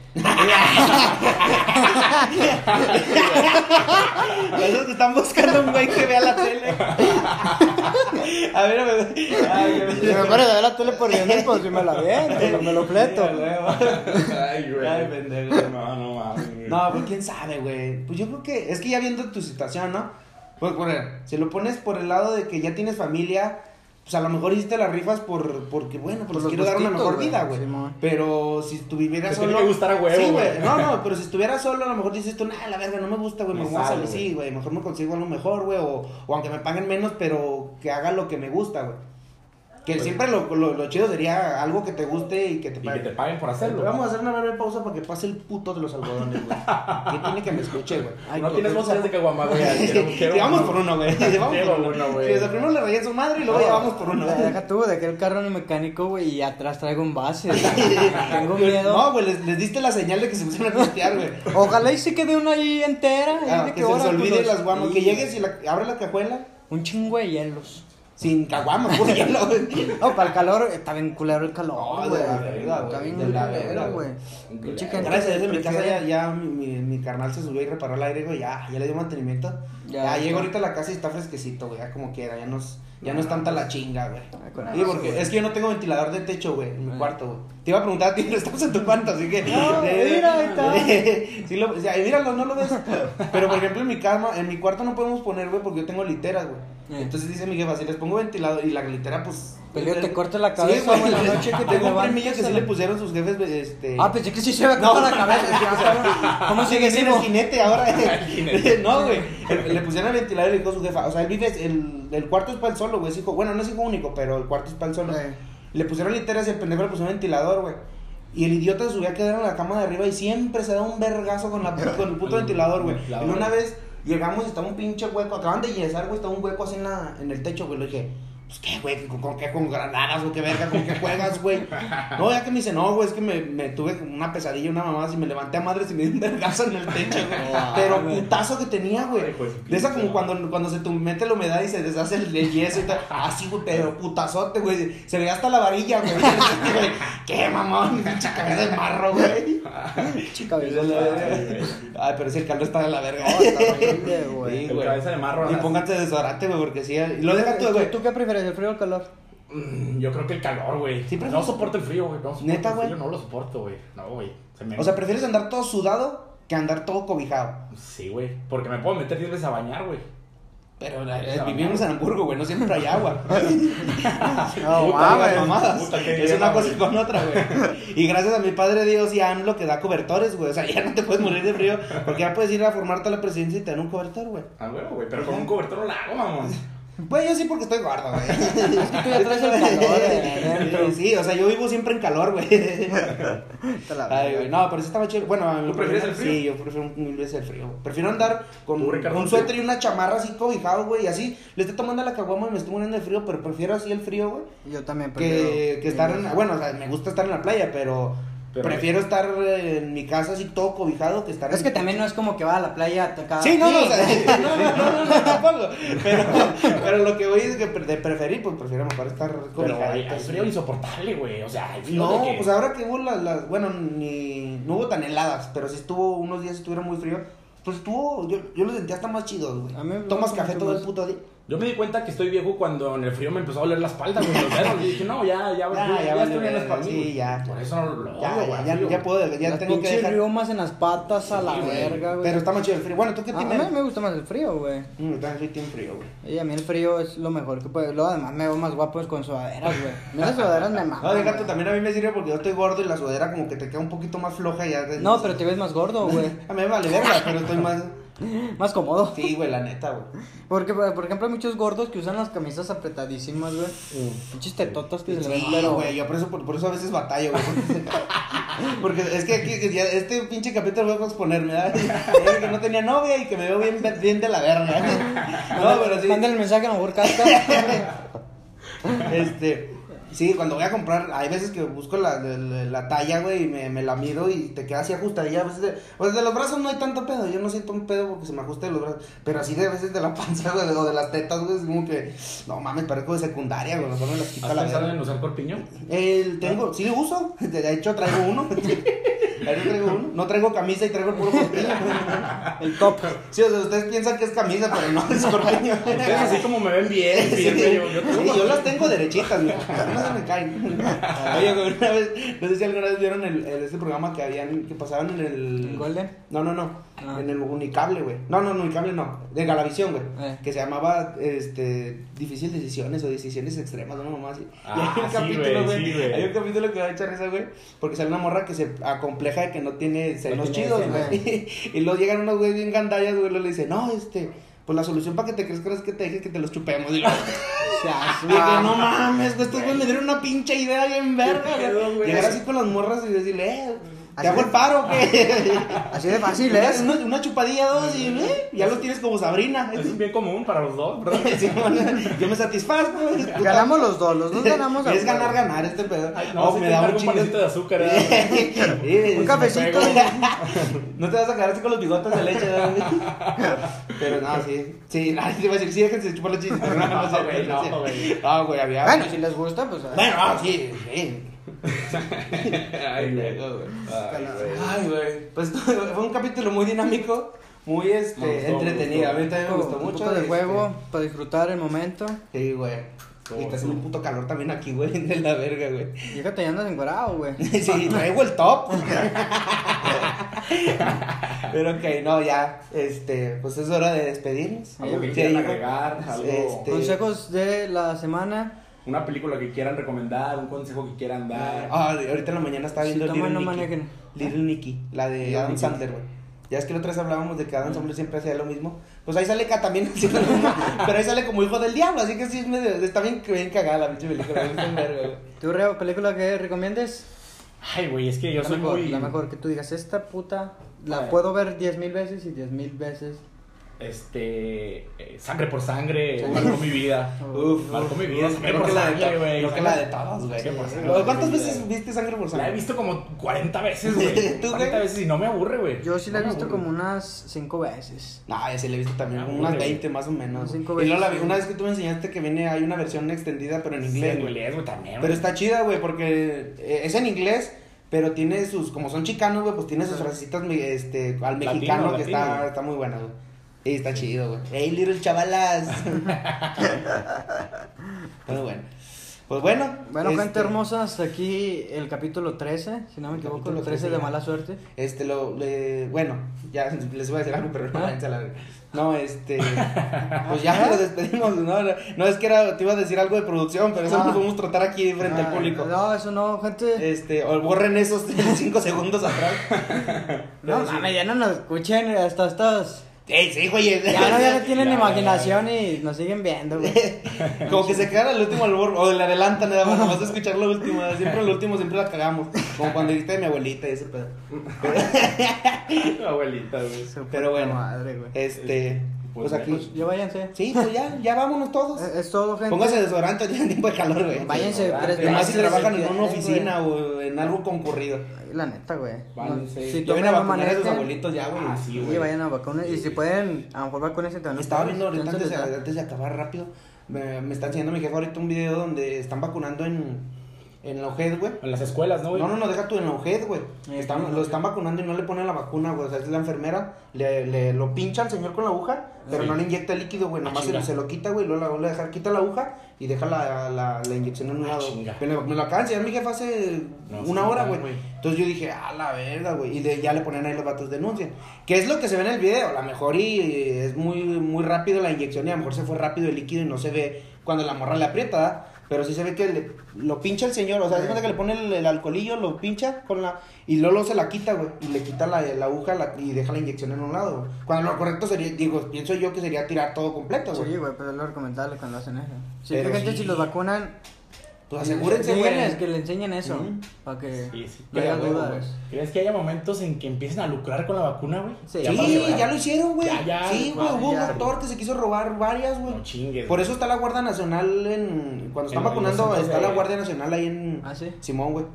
Esos que están buscando un güey que vea la tele. A ver, a ver. Ay, a ver.
Si me pones a ver la tele por bien, pues si me la veo, me lo fleto.
Sí, a huevo.
Ay, güey.
Ay, pendejo.
No, no mames. güey.
No, pues quién sabe, güey. Pues yo creo que es que ya viendo tu situación, ¿no? Pues por si lo pones por el lado de que ya tienes familia, pues a lo mejor hiciste las rifas por porque bueno,
Por
pues
los
quiero dar una
gustitos,
mejor
güey.
vida, güey.
Simón.
pero si tú vivieras
Te
solo
tiene que gustar a huevo,
Sí,
güey.
güey. No, no, pero si estuvieras solo, a lo mejor dices tú, "Nah, la verga, no me gusta, güey, me
Me
voy a salir,
sale, güey.
sí, güey, mejor me consigo algo mejor, güey, o, o aunque me paguen menos, pero que haga lo que me gusta, güey." Que
Pues-
siempre lo, lo- lo chido sería algo que te guste y que te
Y que
paguen.
te paguen por
Pero
hacerlo.
Vamos a hacer una breve pausa para que pase el puto de los algodones, güey. Que tiene que me escuche, güey.
Ay,
no
que-
tienes voces de caguama, güey. Quiero- quiero-
Llevamos por uno, güey. Llevamos
Llevo
por uno,
uno,
güey.
güey.
Sí, o sea, primero le rayé a su madre y luego llevamos por uno.
Deja tú, dejé el carro en el mecánico, güey, y atrás traigo un base. Tengo miedo.
No, güey, les, les diste la señal de que se pusieron a pistear, güey.
Ojalá y se quede una ahí entera. ahí
Ah,
de
que
que
se les
ahora,
olvide
culos.
las guamas. Que
Sí.
llegues y la, abres la cajuela
Un chingo de hielos.
sin caguamas, güey. ya lo-
No, para el calor, está bien culero el
No,
calor,
de
güey.
la verga, güey,
Está bien
de la verga,
culero, güey.
güey.
Pinche gente
Gracias a Dios en mi
prefiere-
casa ya, ya mi, mi- mi carnal se subió y reparó el aire, güey. Ya, ya le dio mantenimiento. Ya,
Ya, ya.
llego ahorita a la casa y está fresquecito, güey. Ya como quiera, ya, nos, ya no es tanta la chinga, güey.
Ah, con
Sí,
eso,
porque
güey.
es que yo no tengo ventilador de techo, güey, en mi
Ah.
cuarto, güey. Te iba a preguntar a ti, pero estamos en tu cuarto, así que.
No, mira, ahí
está. sí, lo, o sea, míralo, no lo ves. Pero por ejemplo, en mi cama, en mi cuarto no podemos poner, güey, porque yo tengo literas, güey.
Eh.
Entonces dice mi jefa, si les pongo ventilador y la litera, pues.
Pero yo te corto la cabeza,
güey,
güey, la noche que te
Tengo un
levantes,
primillo que sí
a
le
la-
pusieron sus jefes, güey, este. ah,
Ah, pensé que sí se me acabó la cabeza. decía, cabrón, ¿Cómo sigue
Es el
vivo?
jinete ahora.
jinete.
no, güey. Le pusieron el ventilador y le dijo a su jefa. O sea, él vive. El, el cuarto es para el solo, güey. Es hijo. Bueno, no es hijo único, pero el cuarto es para el solo.
Eh.
Le pusieron literas y el pendejo le pusieron ventilador, güey. Y el idiota se subía a quedar en la cama de arriba y siempre se da un vergazo con, la, con el puto
Con el
ventilador, güey.
ventilador.
Y una vez llegamos y estaba un pinche hueco. Acaban de yesar, güey. Estaba un hueco así en, la, en el techo, güey. Le dije. Pues qué, güey, ¿Con, con qué, con granadas o qué verga, con qué juegas, güey. No, ya que me dice, no, güey, es que me, me tuve como una pesadilla, una mamá, y me levanté a madres y me di un vergazo en el techo, güey.
No,
Pero
güey.
putazo que tenía, güey.
Ay, pues,
De esa como
no.
cuando, cuando se te mete la humedad y se deshace el, el yeso y tal. Así, güey, pero putazote, güey. Se veía hasta la varilla, güey. qué mamón, pinche cabeza de marro, güey.
Chica,
Ay, pero si el calor está de la verga. Sí,
El
güey.
cabeza de marro.
Y
así.
pónganse desodorante, güey, porque sí. eh. Y lo deja tú, güey.
¿Tú qué prefieres, el frío o el calor?
Mm, Yo creo que el calor, güey.
Sí, pero-
no soporto el frío, güey. No soporto
¿Neta,
el
güey?
frío, No lo soporto, güey. No, güey. Se me-
O sea, prefieres andar todo sudado que andar todo cobijado.
Pues Sí, güey. Porque me puedo meter 10 veces a bañar, güey.
Pero la- eh, vivimos en Hamburgo, güey, no siempre hay agua.
No,
Puta,
Ah, Puta, las
mames.
mamadas.
Puta, qué
es una
mierda,
cosa
güey.
con otra, güey. Y gracias a mi padre Dios y a AMLO que da cobertores, güey. O sea, ya no te puedes morir de frío porque ya puedes ir a formarte a la presidencia y te dan un cobertor, güey.
Ah, güey, güey. Pero con un cobertor no la hago, mamón.
Pues yo sí porque estoy gordo, güey.
Es que tú ya traes el calor,
Sí, Sí, o sea, yo vivo siempre en calor, güey. Ay, güey,
güey.
no, pero sí estaba chido. Bueno,
¿Tú prefieres el frío?
Sí, yo prefiero un- mil veces el frío. Prefiero andar con
¿Tú, Ricardo,
un
el
suéter y
frío?
una chamarra así cobijado, güey, y así. Le estoy tomando la caguama y me estoy muriendo de frío, pero prefiero así el frío, güey.
Yo también
que,
prefiero.
que estar en, bueno, o sea, me gusta estar en la playa, pero,
Pero-
prefiero estar eh, en mi casa así todo cobijado que estar
Es
en- Ah,
que también no es como que va a la playa a cada
Sí, no, no, o sea, no, no, no, no, tampoco. Pero, pero lo que voy es que pre- de preferir, pues prefiero mejor estar
Pero
cobijado.
hay, hay frío insoportable, güey. O sea, hay frío
No,
de que...
pues ahora que hubo las, las- bueno, ni, no hubo tan heladas, pero sí estuvo, unos días estuvieron muy fríos, pues estuvo, yo, yo lo sentía hasta más chido, güey.
A mí me
Tomas
gusta
café
mucho
todo el
más.
puto día.
Yo me di cuenta que estoy viejo cuando en el frío me empezó a doler la espalda, güey. Los dedos. Y dije, no, ya, ya,
Ya,
ya,
ya
ya,
vale
estoy bien la
verga,
espalda.
sí,
güey.
ya.
Por eso no lo
Ya,
odio,
ya,
güey,
ya, ya
frío, güey.
puedo, ya
Las
tengo que
pinches
dejar.
riomas en las patas a la
Sí, güey.
verga, güey.
Pero está más chido el frío. Bueno, ¿tú qué
A a
tienes?
mí me gusta más el frío, güey.
Mm, yo también soy team frío, güey.
Y a mí el frío es lo mejor que puede. Luego, además, me veo más guapo es con sudaderas, güey. A mí las sudaderas me maman.
No, de gato
güey.
también a mí me sirve porque yo estoy gordo y la sudadera como que te queda un poquito más floja y ya. de-
No, pero te ves más gordo, güey.
A mí me vale verga, pero estoy más.
Más cómodo.
Sí, güey, la neta, güey.
Porque, por por ejemplo, hay muchos gordos que usan las camisas apretadísimas, güey. Pinches tetotas que se le ven,
Sí,
pero.
güey, yo por eso, por, por eso a veces batallo, güey. porque- Porque es que aquí, que ya este pinche capítulo voy a exponerme, ¿verdad? Eh, Que no tenía novia y que me veo bien, bien de la verga. No, pero sí.
Manden el mensaje a la mejor casca.
Este, sí, cuando voy a comprar, hay veces que busco la, la- la talla, güey, y me, me la mido y te queda así ajustadilla. A veces de, o sea, de los brazos no hay tanto pedo, yo no siento un pedo porque se me ajusta de los brazos, pero así de a veces de la panza, güey, o de las tetas, güey, es como que, no mames, parezco de secundaria, güey, mejor me las quito a
¿Has
la
pensado
verga.
en usar corpiño?
El, tengo, sí lo uso, de hecho traigo uno. Ahí no traigo uno. No traigo camisa y traigo el puro corpiño.
El top.
Sí, o sea, ustedes piensan que es camisa, pero no, es corpiño.
Ustedes así como me ven bien,
Sí,
bien, güey, yo, yo
sí, yo las tengo derechitas, güey. No se me caen.
Ah.
Oye, güey, una vez, no sé si alguna vez vieron el, el- este programa que habían, que pasaban en el.
¿El Golden?
No, no, no.
Ah.
En el Unicable, güey. No, no, Unicable no. De Galavisión, güey.
Eh.
Que se llamaba este. Difícil decisiones o decisiones extremas, una mamá así.
Ah, sí, güey, sí, güey.
Hay un capítulo que va a echar risa, güey. Porque sale una morra que se acompleja de que no tiene senos
tiene
chidos,
senos.
güey. y luego llegan unos güeyes bien gandallas, güey, y luego le dicen, no, este. Pues la solución para que te crezcan es que te dejes que te los chupemos. Y lo-
O sea, sí,
Güey, que no mames, güey, estos güeyes me dieron una pinche idea bien verga,
Ah. Qué pedo,
güey.
güey.
Llegar así con las morras y decirle, eh,
Así
te hago
es.
el paro, ¿qué?
Así de fácil es.
Una, una chupadilla, dos, y eh, ya lo tienes como Sabrina.
Eso es bien común para los dos, ¿verdad?
Sí, bueno, yo me satisfazco. güey.
Ganamos los dos, los dos ganamos. a
Es
huevo.
ganar, ganar este pedo.
Ay,
Oh,
no, si me da un paquete de azúcar. ¿eh? Pues,
Sí,
Un
sí,
cafecito.
me pego. No te vas a quedar así con los bigotes de leche, ¿verdad? Pero no, sí. Sí, ay, te iba a decir, sí, déjense chupar la chiste. pero No, no, sé,
güey,
no,
no,
sé.
güey.
No, güey, había.
Bueno, si les gusta, pues. ah.
Bueno, ah, sí, sí.
Ay, güey. Ay, güey.
Ay, güey. Pues fue un capítulo muy dinámico, muy
Me
este,
gustó,
entretenido.
me gustó.
A mí también me
Un
gustó
poco
mucho.
de
este,
juego para disfrutar el momento.
Sí, güey. Y está haciendo un puto calor también aquí, güey, de la verga, güey.
Fíjate, ya andas encuadrado, güey.
Sí, traigo el top. Pero ok, no, ya, este, pues es hora de despedirnos.
Algo que
Sí,
quieran
yo-
agregar, algo-
este,
Consejos de la semana.
Una película que quieran recomendar, un consejo que quieran dar.
Ah, de- ahorita en la mañana estaba
Si
viendo
toman,
Little,
no
Nicky,
manejen.
Little Nicky, la de
Little
Adam
Nicky. Mm.
Sandler, güey. Ya es que la otra vez hablábamos de que Adam Sandler siempre hacía lo mismo. Pues ahí sale Ka también haciendo lo mismo, pero ahí sale como hijo del diablo, así que sí, es medio- está bien, bien cagada la pinche película. me gusta un vergo, güey.
¿Tu re- película que recomiendes?
Ay, güey, es que yo
la,
soy
mejor,
muy.
la mejor que tú digas, esta puta la
Ay.
puedo ver 10.000 veces y 10.000 veces.
Este. eh, sangre por sangre. Marcó mi vida.
Uf,
Marcó
uf,
mi vida.
uf,
Sangre
creo
por
que la de
sangre,
to-
güey.
Creo que la de todos, güey.
Sí, por sangre.
¿Cuántas veces viste sangre por
La he
sangre?
visto como 40 veces, güey.
¿Tú, güey?
40 veces y no me aburre, güey.
Yo sí la he
No me
visto
aburre.
como unas 5 veces.
No, yo sí la he visto también,
Ah,
como
güey.
unas 20 más o menos.
Unas
güey.
cinco
Y luego la vi,
veces.
una vez que tú me enseñaste que viene, hay una versión extendida, pero en
Sí,
inglés.
güey,
güey.
lees, güey, también.
Pero
güey.
está chida, güey, porque eh, es en inglés, pero tiene sus, como son chicanos, güey, pues tiene sus frasecitas me- este, al
Latino,
mexicano que
latino,
está,
güey.
está muy buena, güey. Y está chido, güey. Hey, little chavalas. pero bueno. Pues bueno.
Bueno, gente
este,
hermosa, hasta aquí el capítulo 13, si no me equivoco,
capítulo
el 13
13
de
ya.
mala suerte.
Este, lo, le- bueno, ya les voy a decir algo, pero no,
Ah.
váyanse a la verga. No, este, pues ya nos despedimos, ¿no? No, No, es que era, te iba a decir algo de producción, pero eso
Ah.
no lo podemos tratar aquí frente al
Ah,
público.
No, eso no, gente.
Este, o borren esos 5 segundos atrás.
no, mames, ya no nos escuchen hasta estas.
Ey, sí, güey.
Ya no, ya no tienen
Ya,
imaginación y nos siguen viendo, güey.
Como que se quedan al último al borro, o le adelantan nada más, nomás a escuchar lo último. Siempre lo último, siempre la cagamos. Como cuando dijiste de mi abuelita y ese pedo.
Tu abuelita, güey.
Su puta
Pero bueno.
madre, güey.
Este, pues
Pues
aquí.
Ya váyanse.
Sí, pues ya, ya vámonos todos.
Es, es todo, gente.
Póngase desodorante, tiene tiempo de calor, güey.
Eh, Váyanse tres
Y más si
veces,
trabajan en
güey.
una oficina o en algo concurrido.
Ay, La neta, güey. No,
Váyanse.
si
Ya
tomen
ven
no
a vacunar a sus
manejen.
abuelitos ya, güey.
Ah, sí,
Y
güey.
vayan a vacunar. Y si pueden, a lo mejor vacunense
Me
también.
Estaba viendo ahorita antes de,
Entonces,
antes de acabar rápido. Me, me está enseñando mi jefa ahorita un video donde están vacunando en, en la OJED, güey.
En las escuelas, ¿no, güey?
No, no, no, deja tú en la OJED, güey.
Eh,
Están-
¿cómo?
lo están vacunando y no le ponen la vacuna, güey. O sea, es la enfermera, le, le- lo pincha al señor con la aguja, pero
Sí.
no le inyecta el líquido, güey.
Ah,
Nomás se,
chinga.
se lo quita, güey. Luego la vuelve a dejar, quita la aguja y deja la, la, la inyección en un
Ah,
lado.
chinga.
Me, lo- me lo acaba de enseñar mi jefa hace
No, sí,
una
no,
hora,
no,
güey.
güey.
Entonces yo dije, ah, la verga, güey. Y de- ya le ponen ahí los vatos denuncia. ¿Qué es lo que se ve en el video? A lo mejor y eh, es muy, muy rápido la inyección y a lo mejor se fue rápido el líquido y no se ve cuando la morra le aprieta, ¿verdad? Pero sí se ve que le- lo pincha el señor. O sea, es cuenta que le pone el, el alcoholillo, lo pincha con la. Y Lolo se la quita, güey. Y le quita la, la aguja la- y deja la inyección en un lado, güey. Cuando lo correcto sería, digo, pienso yo que sería tirar todo completo, güey.
Sí, güey, pero es lo recomendable cuando hacen eso. Sí,
Pero
fíjate
sí.
si los vacunan.
Pues asegúrense,
díganles
güey.
que le enseñen eso.
Ujú.
Para que
Sí, sí.
no haya
Pero, güey,
dudas.
¿Crees que haya momentos en que empiecen a lucrar con la vacuna, güey?
Sí.
Ya pasó,
Sí,
güey.
ya lo hicieron, güey.
Ya, ya,
Sí, güey,
ya,
hubo un
ya.
doctor que se quiso robar varias, güey.
No chingues.
Por
güey.
eso está la Guardia Nacional en. Cuando están
En- en
vacunando,
los centros
está
de-
la Guardia Nacional ahí en.
Ah, ¿sí?
Simón, güey.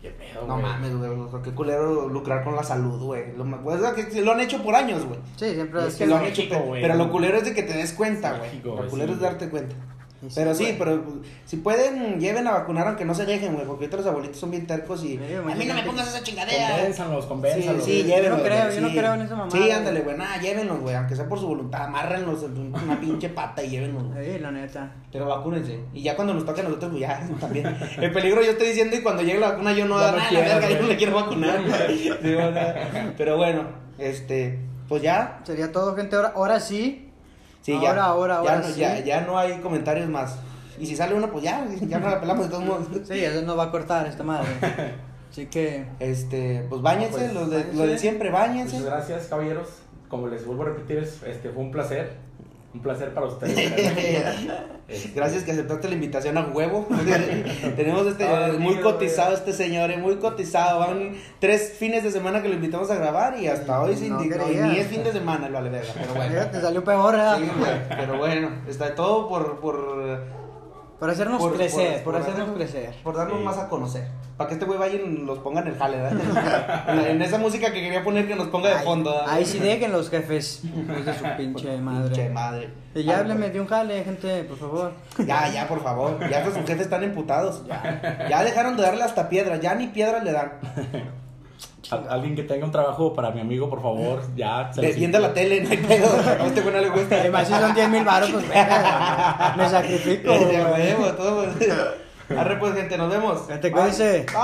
Qué pedo,
No
güey.
mames, güey. o sea, Qué culero lucrar con la salud, güey. Lo, ma- pues, es que sí, lo han hecho por años, güey.
Sí, siempre
Y es
así,
que
Lo
güey.
han hecho,
México,
pe-
güey.
pero lo culero es de que te des cuenta, güey.
México,
Lo
güey,
culero
sí,
es
güey.
darte cuenta.
Y sí,
Pero sí,
güey.
pero si pueden, lleven a vacunar aunque no se dejen, güey, porque otros abuelitos son bien tercos y...
Sí, güey,
a mí no me
gente-
pongas esa chingadera.
Convénzanlos,
Sí,
convénzanlos.
sí,
Yo no
llévenlos.
creo,
güey,
yo no
sí.
creo en esa mamada,
Sí,
güey.
ándale, güey, nada, llévenlos, güey, aunque sea por su voluntad, amárrenlos en una pinche pata y llévenlos, güey.
Sí, la neta.
Pero vacúnense. Y ya cuando nos toque a nosotros, pues ya también. El peligro yo estoy diciendo y cuando llegue la vacuna yo no,
Ya no
"Ah, la
quiero,
verga, yo
güey".
no le quiero vacunar. Sí, o sea, pero bueno, este, pues ya.
Sería todo, gente. Ahora, ahora sí.
Sí,
Ahora,
ya.
ahora,
ya,
ahora
no,
sí.
ya, ya no hay comentarios más. Y si sale uno, pues ya, ya nos la pelamos de todos modos.
Sí, eso no va a cortar esta madre. Así que.
Este, pues bañense,
Pues,
lo, de, lo de
báñense.
siempre, bañense.
Muchas gracias, caballeros. Como les vuelvo a repetir, es- este fue un placer. Un placer para ustedes. Este,
Gracias que aceptaste la invitación a huevo. Tenemos este
Ah,
muy
tío,
cotizado este señor, eh, muy cotizado. Van tres fines de semana que lo invitamos a grabar y hasta hoy sin
No
di-
creía.
Ni es fin de semana, lo vale verga, pero bueno.
Mira, te salió peor, ¿verdad?
Sí, güey, pero bueno, está todo por, por,
Por hacernos
por-
crecer, por, hacernos
darnos-
crecer.
Por darnos
Sí.
más a conocer. Para que este güey vaya y los ponga en el jale, ¿verdad? en, la- en esa música que quería poner que nos ponga de
Ahí-
fondo. ¿verdad?
Ahí sí dejen los jefes. Hijos de su pinche madre.
Pinche madre.
Y ya
Ah,
hábleme de un jale, gente, por favor.
Ya, ya, por favor. Ya que sus jefes están emputados. Ya. Ya dejaron de darle hasta piedra. Ya ni piedra le dan.
Al- alguien que tenga un trabajo para mi amigo, por favor, ya. se los-
Defienda la tele, no hay pedo. A este güey no le gusta.
Además, si son 10 mil baros, pues venga, me sacrifico.
Ya, huevo, todo. Arre, pues, gente, nos vemos.
Gente,
Bye.
cuídense.
Bye.